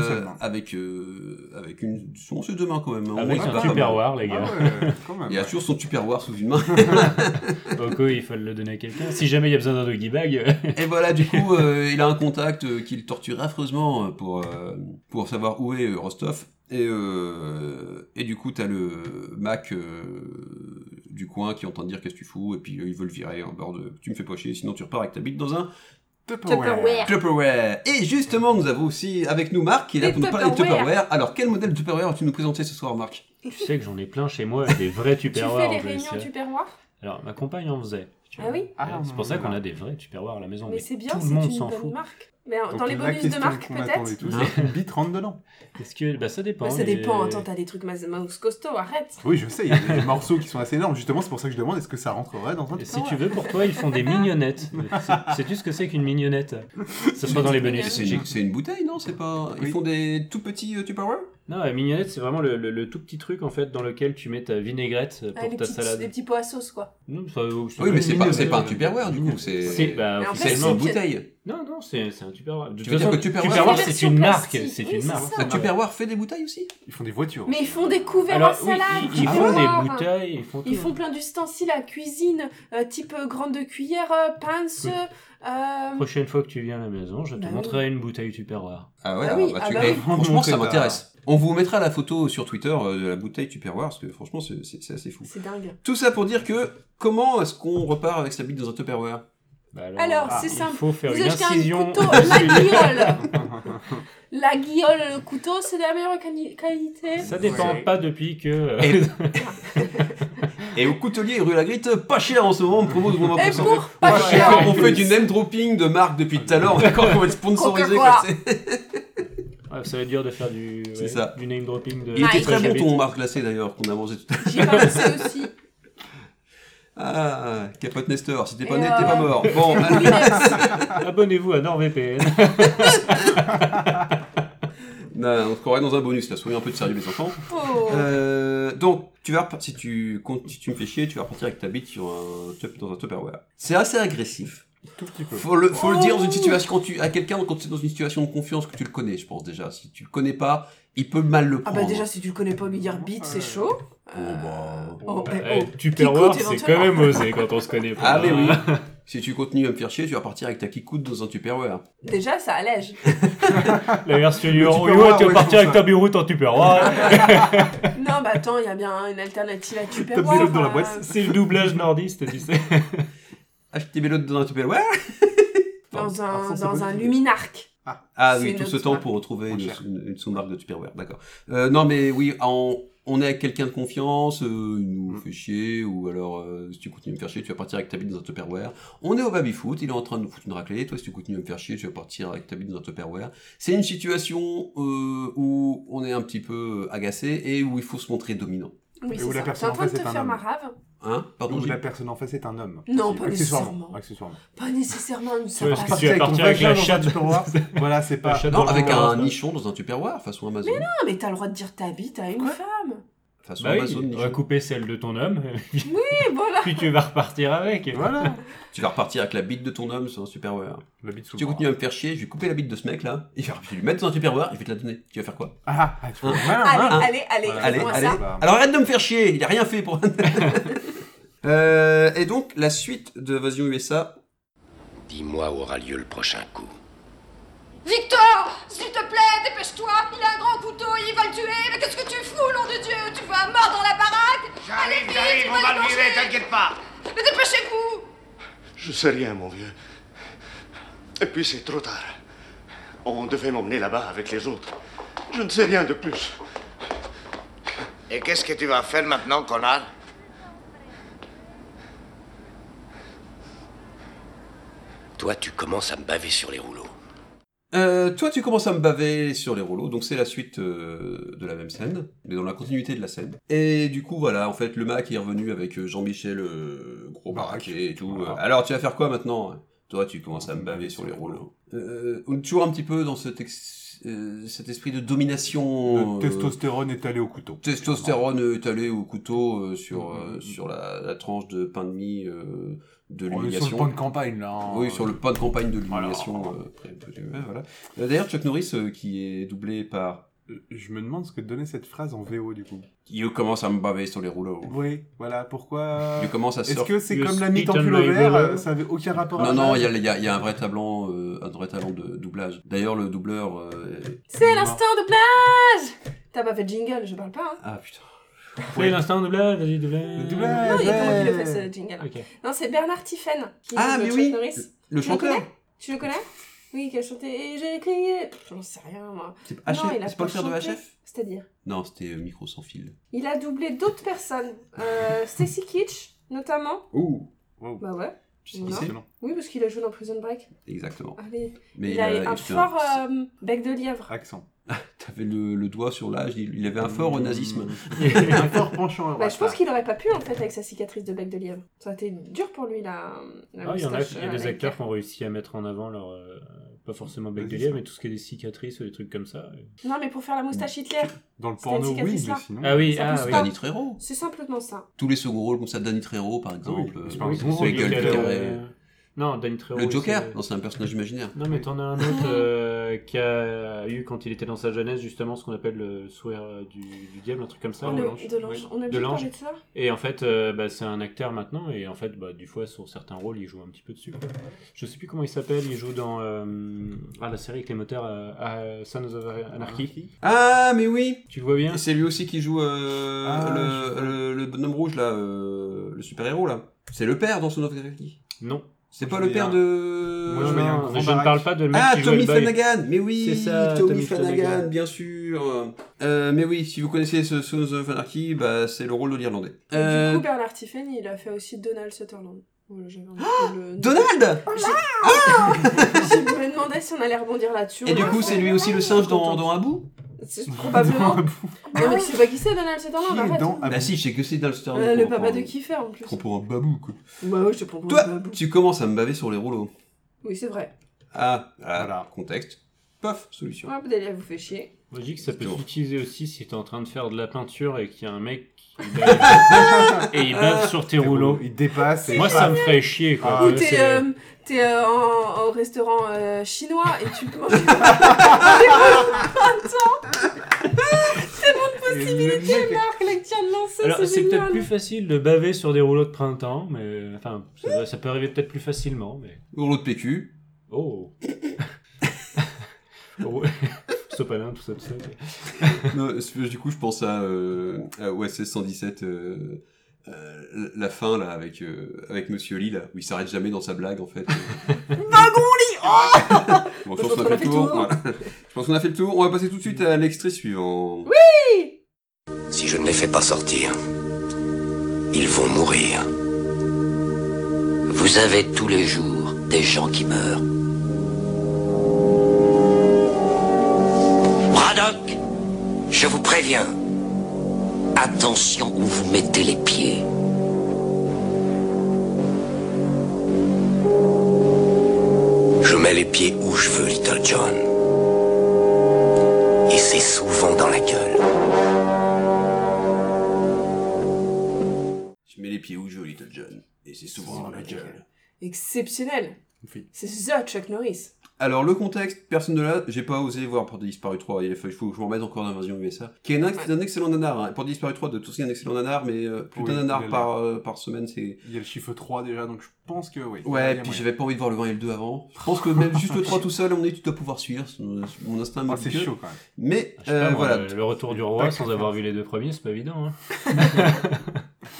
Speaker 8: Avec une seule main.
Speaker 7: avec euh, avec une son ses deux mains quand même. hein,
Speaker 6: Avec
Speaker 7: on sait
Speaker 6: un
Speaker 7: pas.
Speaker 6: tupperware, les
Speaker 8: Ah
Speaker 6: gars.
Speaker 8: ouais, quand même.
Speaker 7: Il y a toujours son tupperware sous une main.
Speaker 6: Au cas où il faut le donner à quelqu'un. Si jamais il y a besoin d'un
Speaker 9: [laughs]
Speaker 6: doggy bag, euh,
Speaker 7: Et voilà, du coup, euh, il a un contact euh, qui le torture affreusement euh, pour, euh, pour savoir où est euh, Rostov. Et, euh, et du coup, t'as le Mac euh, du coin qui entend dire qu'est-ce que tu fous, et puis euh, ils veulent virer en bord de tu me fais pas chier, sinon tu repars avec ta bite dans un
Speaker 8: Tupperware.
Speaker 9: Tupperware.
Speaker 7: Tupperware. Et justement, nous avons aussi avec nous Marc qui est là
Speaker 9: Des
Speaker 7: pour nous parler de
Speaker 9: Tupperware.
Speaker 7: Tupperware. Alors, quel modèle de Tupperware tu nous présentais ce soir, Marc
Speaker 6: tu sais que j'en ai plein chez moi, des vrais
Speaker 9: Tu
Speaker 6: tupperwares
Speaker 9: fais les
Speaker 6: en plus. hein.
Speaker 9: réunions du perroir
Speaker 6: Alors, ma compagne en faisait. tu
Speaker 9: Ah
Speaker 6: vois.
Speaker 9: oui
Speaker 6: Ouais,
Speaker 8: Ah,
Speaker 6: C'est pour ça
Speaker 8: voilà.
Speaker 6: qu'on a des vrais tupperwares à la maison.
Speaker 9: Mais c'est bien,
Speaker 6: tout
Speaker 9: c'est
Speaker 6: le monde
Speaker 9: une
Speaker 6: s'en
Speaker 9: bonne
Speaker 6: fout.
Speaker 9: marque. Mais en-
Speaker 8: Donc,
Speaker 9: dans les
Speaker 8: la
Speaker 9: bonus de
Speaker 8: question
Speaker 9: marque,
Speaker 8: qu'on attendait
Speaker 9: peut-être
Speaker 8: tous, c'est une bite rentre dedans.
Speaker 6: Est-ce que bah, ça dépend
Speaker 9: Bah, Ça
Speaker 6: les-
Speaker 9: dépend, attends, t'as des trucs mas- mouse costauds, arrête
Speaker 8: Oui, je sais, il y a des [laughs] morceaux qui sont assez énormes. Justement, c'est pour ça que je demande est-ce que ça rentrerait dans un
Speaker 6: Et
Speaker 8: petit
Speaker 6: Si tu veux, pour toi, ils font
Speaker 9: [laughs]
Speaker 6: des mignonnettes. C'est- Sais-tu ce que c'est qu'une mignonnette Ça sera dans les bonus.
Speaker 7: C'est une, c'est une bouteille, non C'est pas. Ils
Speaker 8: Oui.
Speaker 7: font des tout petits euh, Tupperware
Speaker 6: Non, la mignonnette, c'est vraiment le, le- le tout petit truc en fait dans lequel tu mets ta vinaigrette
Speaker 9: Ah,
Speaker 6: pour
Speaker 9: les
Speaker 6: ta
Speaker 9: petits,
Speaker 6: salade.
Speaker 9: les petits pots à sauce, quoi.
Speaker 6: Non, ça- c'est
Speaker 7: Oui, mais c'est pas,
Speaker 6: mignonnette.
Speaker 7: c'est pas un Tupperware du coup. C'est
Speaker 6: C'est bah,
Speaker 9: Mais en fait,
Speaker 7: c'est
Speaker 6: officiellement.
Speaker 7: une bouteille.
Speaker 6: Non, non, c'est c'est un Tupperware. De
Speaker 7: Tu
Speaker 6: toute
Speaker 7: veux dire
Speaker 6: façon,
Speaker 7: que Tupperware-
Speaker 6: Tupperware,
Speaker 9: C'est une
Speaker 6: c'est une
Speaker 9: version
Speaker 6: marque.
Speaker 9: plastique.
Speaker 6: C'est
Speaker 9: Oui,
Speaker 6: une
Speaker 9: c'est
Speaker 6: marque.
Speaker 9: ça.
Speaker 7: La Bah, Tupperware fait des bouteilles aussi
Speaker 8: Ils font des voitures.
Speaker 9: Mais ils font des couverts à
Speaker 6: Alors, oui,
Speaker 9: salade Ah
Speaker 6: ils, ils
Speaker 9: tu
Speaker 6: font
Speaker 9: vas voir.
Speaker 6: des bouteilles, ils font tout.
Speaker 9: Ils font plein d'ustensiles à cuisine, euh, type euh, grande cuillère, euh, pince,
Speaker 6: Oui.
Speaker 9: euh,
Speaker 6: La prochaine fois que tu viens à la maison, je te
Speaker 9: Bah oui.
Speaker 6: montrerai une bouteille Tupperware.
Speaker 7: Ah ouais,
Speaker 9: Ah
Speaker 7: alors,
Speaker 9: oui,
Speaker 7: bah,
Speaker 9: ah
Speaker 7: tu-
Speaker 9: bah
Speaker 7: eh,
Speaker 9: oui.
Speaker 7: franchement, ça
Speaker 8: Mon
Speaker 7: m'intéresse. On vous mettra la photo sur Twitter euh, de la bouteille Tupperware, parce que franchement, c'est- c'est c'est assez fou.
Speaker 9: c'est dingue.
Speaker 7: Tout ça pour dire que comment est-ce qu'on repart avec sa bite dans un Tupperware
Speaker 6: Bah
Speaker 9: Alors,
Speaker 6: ah,
Speaker 9: c'est simple.
Speaker 6: Il faut faire
Speaker 9: Vous
Speaker 6: une
Speaker 9: achetez
Speaker 6: incision.
Speaker 9: un
Speaker 6: [laughs]
Speaker 9: couteau, la guiole La guiole, le couteau, c'est de la meilleure quali- qualité.
Speaker 6: Ça dépend
Speaker 8: Ouais.
Speaker 6: pas depuis que. euh, [laughs]
Speaker 7: Et- Et au coutelier rue Lagrite, pas cher en ce moment, promo de moins
Speaker 9: Et
Speaker 7: 20%.
Speaker 9: pour pas
Speaker 7: Ouais,
Speaker 9: cher
Speaker 7: on fait du name dropping de marque depuis tout à l'heure, d'accord, on va être sponsorisé.
Speaker 9: Coca-Cola.
Speaker 7: quoi, c'est-
Speaker 6: Ouais, ça va être dur de faire du,
Speaker 7: C'est
Speaker 6: ouais,
Speaker 7: ça.
Speaker 6: du name dropping. De...
Speaker 7: Il était
Speaker 9: Nice.
Speaker 7: très bon ton marque glacée d'ailleurs, qu'on a mangé tout à l'heure.
Speaker 9: J'ai pensé aussi.
Speaker 7: Ah, capote Nestor, si t'es pas
Speaker 9: Et
Speaker 7: né,
Speaker 9: euh,
Speaker 7: t'es pas mort.
Speaker 9: [laughs]
Speaker 7: Bon, alors-
Speaker 9: Kleenex.
Speaker 6: Abonnez-vous à NordVPN.
Speaker 7: non, on se croirait dans un bonus là, soyez un peu de sérieux les enfants.
Speaker 9: Oh.
Speaker 7: Euh, donc, tu vas repartir, si tu, comptes- si tu me fais chier, tu vas repartir avec ta bite sur un, tup- dans un Tupperware. C'est assez agressif.
Speaker 8: Tout petit peu.
Speaker 7: Faut le, faut le dire dans une situation, quand tu, à quelqu'un, quand tu es dans une situation de confiance, que tu le connais, je pense déjà. Si tu le connais pas, il peut mal le
Speaker 9: Ah
Speaker 7: prendre.
Speaker 9: bah déjà, si tu le connais pas, lui dire bite, c'est chaud.
Speaker 7: Oh, bah.
Speaker 9: Oh, eh,
Speaker 6: Eh,
Speaker 9: oh.
Speaker 6: Tupperware,
Speaker 9: Qui compte
Speaker 6: c'est quand même
Speaker 9: éventuellement.
Speaker 6: osé quand on se connaît pas.
Speaker 7: Ah, mais
Speaker 6: [laughs]
Speaker 7: oui. Si tu continues à me faire chier, tu vas partir avec ta kikoute dans un Tupperware.
Speaker 9: Déjà,
Speaker 8: [laughs]
Speaker 9: ça allège.
Speaker 6: La version du
Speaker 8: Le
Speaker 6: Euro,
Speaker 8: Tupperware,
Speaker 6: tu vas
Speaker 8: ouais, je
Speaker 6: partir
Speaker 8: pense
Speaker 6: avec ta biroute en Tupperware.
Speaker 9: non, bah attends, il y a bien une alternative à
Speaker 8: T'as
Speaker 9: Tupperware.
Speaker 8: mis l'autre dans la
Speaker 9: euh,
Speaker 8: boîte.
Speaker 6: C'est le doublage nordiste, tu sais.
Speaker 7: Acheter mes l'autre dans un Tupperware.
Speaker 9: Dans
Speaker 8: Ah, ça,
Speaker 9: un,
Speaker 8: c'est
Speaker 9: dans
Speaker 8: bonne
Speaker 9: un
Speaker 8: idée.
Speaker 9: luminarque.
Speaker 7: Ah
Speaker 9: C'est
Speaker 7: oui,
Speaker 9: une
Speaker 7: tout ce
Speaker 9: autre
Speaker 7: temps
Speaker 9: marque.
Speaker 7: pour retrouver
Speaker 8: Moins
Speaker 7: une,
Speaker 8: cher.
Speaker 7: une- une sous-marque de Tupperware, d'accord. Euh, non, mais oui, en- on est avec quelqu'un de confiance, euh, il nous
Speaker 6: Mm.
Speaker 7: fait chier, ou alors euh, si tu continues à me faire chier, tu vas partir avec ta bite dans un Tupperware. On est au baby-foot, il est en train de nous foutre une raclée, toi si tu continues à me faire chier, tu vas partir avec ta bite dans un Tupperware. C'est une situation euh, où on est un petit peu agacé et où il faut se montrer dominant.
Speaker 9: Oui,
Speaker 8: Et
Speaker 9: c'est
Speaker 8: où la
Speaker 9: ça. T'es
Speaker 8: personne
Speaker 9: en train
Speaker 8: en
Speaker 9: de
Speaker 8: face
Speaker 9: te
Speaker 8: est un
Speaker 9: faire
Speaker 8: homme.
Speaker 9: ma rave
Speaker 7: Hein Pardon
Speaker 8: Donc
Speaker 7: Gilles
Speaker 8: la personne en face est un homme.
Speaker 9: Non,
Speaker 8: Qui-
Speaker 9: pas
Speaker 8: accessoirement.
Speaker 9: nécessairement.
Speaker 8: accessoirement.
Speaker 9: Pas nécessairement une
Speaker 6: Ouais,
Speaker 9: seule
Speaker 6: parce que
Speaker 9: personne.
Speaker 6: tu vas partir avec la chatte.
Speaker 8: [laughs] voilà, c'est pas.
Speaker 7: Non, avec un nichon dans un Tupperware, façon Amazon.
Speaker 9: Non, Ah, mais t'as le droit de dire ta bite à une femme.
Speaker 7: Façon
Speaker 6: Bah oui,
Speaker 7: Amazon,
Speaker 6: on
Speaker 7: nichon.
Speaker 6: va couper celle de ton homme, [laughs]
Speaker 9: Et
Speaker 8: Ah,
Speaker 9: voilà.
Speaker 6: puis tu vas repartir avec. [laughs]
Speaker 8: Voilà.
Speaker 7: Tu vas repartir avec la bite de ton homme sur un Tupperware.
Speaker 8: La bite sous
Speaker 7: Si
Speaker 8: le
Speaker 7: tu
Speaker 8: bras.
Speaker 7: continues à me faire chier, je vais couper la bite de ce mec là, et je vais je vais lui mettre dans un tupperware, et je vais te la donner. Tu vas faire quoi
Speaker 8: Ah, ah, tu vois, malin, malin.
Speaker 9: Allez, allez, allez,
Speaker 8: Voilà.
Speaker 7: Allez,
Speaker 9: fais-moi
Speaker 7: allez.
Speaker 9: ça.
Speaker 8: Bah,
Speaker 7: Alors arrête de me faire chier, il a rien [laughs] fait pour. Euh, et donc la suite de Vasion USA.
Speaker 5: Dis-moi où aura lieu le prochain coup.
Speaker 10: Victor, s'il te plaît, dépêche-toi. Il a un grand couteau, il va le tuer. Mais qu'est-ce que tu fous, nom de Dieu Tu veux un mort dans la baraque Allez
Speaker 1: J'arrive,
Speaker 10: vite,
Speaker 1: j'arrive,
Speaker 10: il
Speaker 1: on va le
Speaker 10: manger.
Speaker 1: virer, t'inquiète pas.
Speaker 10: Mais dépêchez-vous
Speaker 2: Je sais rien, mon vieux. Et puis c'est trop tard. On devait m'emmener là-bas avec les autres. Je ne sais rien de plus.
Speaker 1: Et qu'est-ce que tu vas faire maintenant, connard
Speaker 5: Toi, tu commences à me baver sur les rouleaux.
Speaker 7: Euh, toi, tu commences à me baver sur les rouleaux, donc c'est la suite euh, de la même scène, mais dans la continuité de la scène. Et du coup, voilà, en fait, le Mac est revenu avec euh, Jean-Michel euh, gros
Speaker 8: Baraque.
Speaker 7: baraquet et tout.
Speaker 8: Voilà.
Speaker 7: Euh, Alors, tu vas faire quoi maintenant hein Toi, tu commences à me baver sur les rouleaux. Euh, on est toujours un petit peu dans cet, ex- euh, cet esprit de domination.
Speaker 8: Le
Speaker 7: euh,
Speaker 8: testostérone est allé au couteau.
Speaker 7: Testostérone étalé au couteau euh, sur, euh,
Speaker 8: Mhm.
Speaker 7: sur la, la tranche de pain de mie euh, de
Speaker 8: On est sur le point
Speaker 7: l'humiliation.
Speaker 8: de campagne là. hein.
Speaker 7: Oui, sur le pas de campagne de
Speaker 8: Voilà.
Speaker 7: l'humiliation. euh, près de- ouais, voilà. Euh, D'ailleurs, Chuck Norris, euh, qui est doublé par
Speaker 8: Euh, Je me demande ce que donnait cette phrase en VO du coup.
Speaker 7: You commence à me baver sur les rouleaux.
Speaker 8: Oui, voilà, pourquoi.
Speaker 7: You commence à
Speaker 8: Est-ce
Speaker 7: sortir.
Speaker 8: que c'est
Speaker 6: You
Speaker 8: comme la mythe en
Speaker 6: spit on my
Speaker 8: pullover
Speaker 6: pillow.
Speaker 8: euh, Ça avait aucun rapport
Speaker 7: Non,
Speaker 8: à
Speaker 7: non,
Speaker 8: ça
Speaker 7: il y a, il y a- il y a un vrai talent, euh, un vrai talent de doublage. D'ailleurs, le doubleur. euh, est-
Speaker 9: C'est l'instant de plage T'as pas fait de jingle, je parle pas. hein.
Speaker 7: Ah putain.
Speaker 6: Fais l'instant doublage, vas-y, doublage.
Speaker 8: Le
Speaker 7: Ah,
Speaker 9: Non,
Speaker 8: doublage,
Speaker 9: il y a pas moi qui le
Speaker 8: ouais.
Speaker 9: fait ce jingle.
Speaker 6: Ok.
Speaker 9: Non, c'est Bernard Tiffen qui
Speaker 7: Ah,
Speaker 9: joue
Speaker 7: mais
Speaker 9: Chuck
Speaker 7: oui.
Speaker 9: Norris.
Speaker 7: Le chanteur
Speaker 9: Tu le connais Oui, qui a chanté Et j'ai crié. J'en sais rien, moi.
Speaker 7: C'est HF
Speaker 9: non, il a
Speaker 7: Ah, C'est pas le frère de
Speaker 9: chanté.
Speaker 7: HF
Speaker 9: C'est-à-dire
Speaker 7: Non, c'était euh, Micro sans fil.
Speaker 9: Il a doublé d'autres personnes. Euh, Stacy Kitsch, notamment.
Speaker 7: Ouh
Speaker 8: Wow,
Speaker 9: Bah ouais.
Speaker 7: Tu sais qui
Speaker 9: Non.
Speaker 7: c'est
Speaker 8: impressionnant.
Speaker 9: Oui, parce qu'il a joué dans Prison Break.
Speaker 7: Exactement.
Speaker 9: Allez.
Speaker 7: Mais
Speaker 9: il, a,
Speaker 7: euh,
Speaker 9: un
Speaker 7: fait
Speaker 9: fort euh, bec de lièvre.
Speaker 8: Accent.
Speaker 7: T'avais le, le doigt sur l'âge, il, il avait un fort
Speaker 6: Mmh.
Speaker 7: au nazisme.
Speaker 8: un fort
Speaker 6: Ah,
Speaker 8: penchant.
Speaker 9: Bah, je pense qu'il aurait pas pu en fait avec sa cicatrice de bec de lièvre. Ça a été dur pour lui la. la
Speaker 6: Ah, il y en a,
Speaker 9: moustache,
Speaker 6: il y a
Speaker 9: euh,
Speaker 6: des
Speaker 9: avec-
Speaker 6: acteurs qui ont réussi à mettre en avant leur. euh, pas forcément bec de
Speaker 8: Vas-y,
Speaker 6: lièvre,
Speaker 8: ça.
Speaker 6: mais tout ce qui est des cicatrices ou des trucs comme ça.
Speaker 9: Non mais pour faire la moustache
Speaker 6: Mmh.
Speaker 9: Hitler,
Speaker 8: Dans le
Speaker 9: C'était une
Speaker 8: porno, oui, mais
Speaker 9: cicatrice-là.
Speaker 8: sinon.
Speaker 6: Ah oui,
Speaker 9: Ça
Speaker 6: ah
Speaker 9: pousse
Speaker 6: oui.
Speaker 9: pas.
Speaker 7: Danny Trejo.
Speaker 9: c'est simplement ça.
Speaker 7: Tous les seconds rôles comme ça, Danny Trejo par exemple.
Speaker 8: oui,
Speaker 7: euh,
Speaker 8: c'est pas
Speaker 6: Oui,
Speaker 8: Gros,
Speaker 6: celui
Speaker 7: gueule
Speaker 6: qui a le-
Speaker 7: carrée.
Speaker 6: euh, Non, Danny Trejo.
Speaker 7: le Joker,
Speaker 6: c'est-
Speaker 7: non, c'est un personnage imaginaire.
Speaker 6: Non, mais t'en as un
Speaker 7: [laughs]
Speaker 6: autre euh, qui a eu, quand il était dans sa jeunesse, justement ce qu'on appelle le sourire euh, du, du diable, un truc comme ça.
Speaker 9: Le-
Speaker 6: ou
Speaker 9: de l'ange. On a
Speaker 6: De
Speaker 9: déjà
Speaker 6: l'ange.
Speaker 9: parlé de ça.
Speaker 6: Et en fait, euh, bah, c'est un acteur maintenant, et en fait, bah, du fois, sur certains rôles, il joue un petit peu dessus. quoi. Je sais plus comment il s'appelle, il joue dans euh, ah, la série avec les moteurs euh, à Sons of Anarchy.
Speaker 7: Ah, mais oui
Speaker 6: Tu le vois bien
Speaker 7: Et c'est lui aussi qui joue euh,
Speaker 8: Ah,
Speaker 7: le, le- le bonhomme rouge là, euh, le super héros là. C'est le père dans son of Gravity.
Speaker 6: Non.
Speaker 7: C'est
Speaker 8: Moi, je
Speaker 7: pas le
Speaker 8: veux
Speaker 7: père
Speaker 8: dire-
Speaker 7: de.
Speaker 8: Moi, je veux dire-
Speaker 6: Non,
Speaker 8: grand
Speaker 6: mais je ne
Speaker 8: baraque.
Speaker 6: parle pas de le mec
Speaker 7: ah,
Speaker 6: qui joue
Speaker 7: Tommy
Speaker 6: le boy.
Speaker 7: Flanagan, mais oui,
Speaker 6: C'est ça,
Speaker 7: Tommy,
Speaker 6: Tommy
Speaker 7: Flanagan,
Speaker 6: Flanagan.
Speaker 7: bien sûr. Euh, mais oui, si vous connaissez ce Sons of Anarchy, bah, c'est le rôle de l'Irlandais.
Speaker 9: Et
Speaker 7: Euh,
Speaker 9: Du coup Bernard Tiffen, il a fait aussi Donald Sutherland. Voilà, j'avais envie de
Speaker 7: [gasps]
Speaker 9: le-
Speaker 7: Donald
Speaker 9: [laughs] Je me demandais si on allait rebondir là-dessus.
Speaker 7: Et du coup, bah, c'est lui aussi le singe dans, dans Abu
Speaker 9: C'est
Speaker 7: [laughs]
Speaker 9: Probablement. Non, mais tu sais pas qui c'est Donald Sutherland,
Speaker 8: Qui est
Speaker 9: arrête.
Speaker 8: dans
Speaker 7: Bah si, je sais que c'est dans le Star
Speaker 9: Euh, le papa de Kiefer en plus.
Speaker 7: Je pour un babou, quoi.
Speaker 9: Bah ouais, je te prends pour
Speaker 7: Toi,
Speaker 9: un babou.
Speaker 7: tu commences à me baver sur les rouleaux.
Speaker 9: Oui, c'est vrai.
Speaker 7: Ah, ah,
Speaker 8: Voilà.
Speaker 7: contexte. Paf, solution.
Speaker 9: Ouais, Delia vous fait chier.
Speaker 6: Moi, je dis que ça peut
Speaker 7: Bon.
Speaker 6: s'utiliser aussi si t'es en train de faire de la peinture et qu'il y a un mec qui
Speaker 7: Ah,
Speaker 6: bave- et il bave sur tes rouleaux.
Speaker 8: Il dépasse. et
Speaker 6: Moi,
Speaker 8: il
Speaker 6: ça me ferait chier, quoi.
Speaker 8: Ah,
Speaker 9: Ou
Speaker 6: Ouais,
Speaker 9: t'es
Speaker 6: c'est-
Speaker 9: euh, t'es t'es euh, en- au restaurant euh, chinois et
Speaker 7: [laughs]
Speaker 9: tu [laughs] manges. C'est bon, possibilité, Marc, là, que tu viens de lancer,
Speaker 6: Alors,
Speaker 9: c'est
Speaker 6: c'est
Speaker 9: génial.
Speaker 6: peut-être plus facile de baver sur des rouleaux de printemps, mais enfin, ça, va- ça peut arriver peut-être plus facilement, mais
Speaker 7: Rouleau de PQ.
Speaker 8: [laughs]
Speaker 7: [laughs]
Speaker 6: oh. Oh. Sopalin, tout ça, tout ça.
Speaker 7: Non, parce que du coup, je pense à, euh, à OSS 117, euh, euh, la fin là avec euh, avec Monsieur Lee là, où il s'arrête jamais dans sa blague en fait. Bon, je pense qu'on a fait le tour. voilà. Je pense qu'on a fait le tour. On va passer tout de suite à l'extrait suivant.
Speaker 5: Si je ne les fais pas sortir, ils vont mourir. Vous avez tous les jours des gens qui meurent. Braddock, je vous préviens. Attention où vous mettez les pieds. Je mets les pieds où je veux, Little John. Et c'est souvent dans la gueule.
Speaker 7: Je mets les pieds où je veux, Little John, et c'est souvent dans la gueule.
Speaker 9: Exceptionnel.
Speaker 8: Oui.
Speaker 9: C'est ça, Chuck Norris.
Speaker 7: Alors le contexte, personne de là, j'ai pas osé voir Portée Disparu 3, il faut il faut que je vous remette encore d'invasion USA, qui est un, c'est un excellent nanar, hein. Portée Disparu 3 doit aussi un excellent nanar, mais euh, plus
Speaker 8: Oui,
Speaker 7: d'un
Speaker 8: il est
Speaker 7: nanar
Speaker 8: là.
Speaker 7: par, euh, par semaine, c'est...
Speaker 8: Il y a le chiffre 3 déjà, donc je pense que oui.
Speaker 7: Ouais,
Speaker 8: Il y a
Speaker 7: puis
Speaker 8: moyen.
Speaker 7: j'avais pas envie de voir le 1 et le 2 avant. Je pense que même juste le
Speaker 6: [laughs]
Speaker 7: 3 tout seul, à mon avis, tu dois pouvoir suivre, c'est mon mon instinct me
Speaker 8: Ah,
Speaker 7: dit
Speaker 8: c'est
Speaker 7: que.
Speaker 8: chaud quand même.
Speaker 7: Mais
Speaker 6: Ah, Je sais pas,
Speaker 7: euh,
Speaker 6: moi,
Speaker 7: voilà,
Speaker 6: le- le retour du roi sans avoir vu les deux premiers, c'est pas évident. Hein.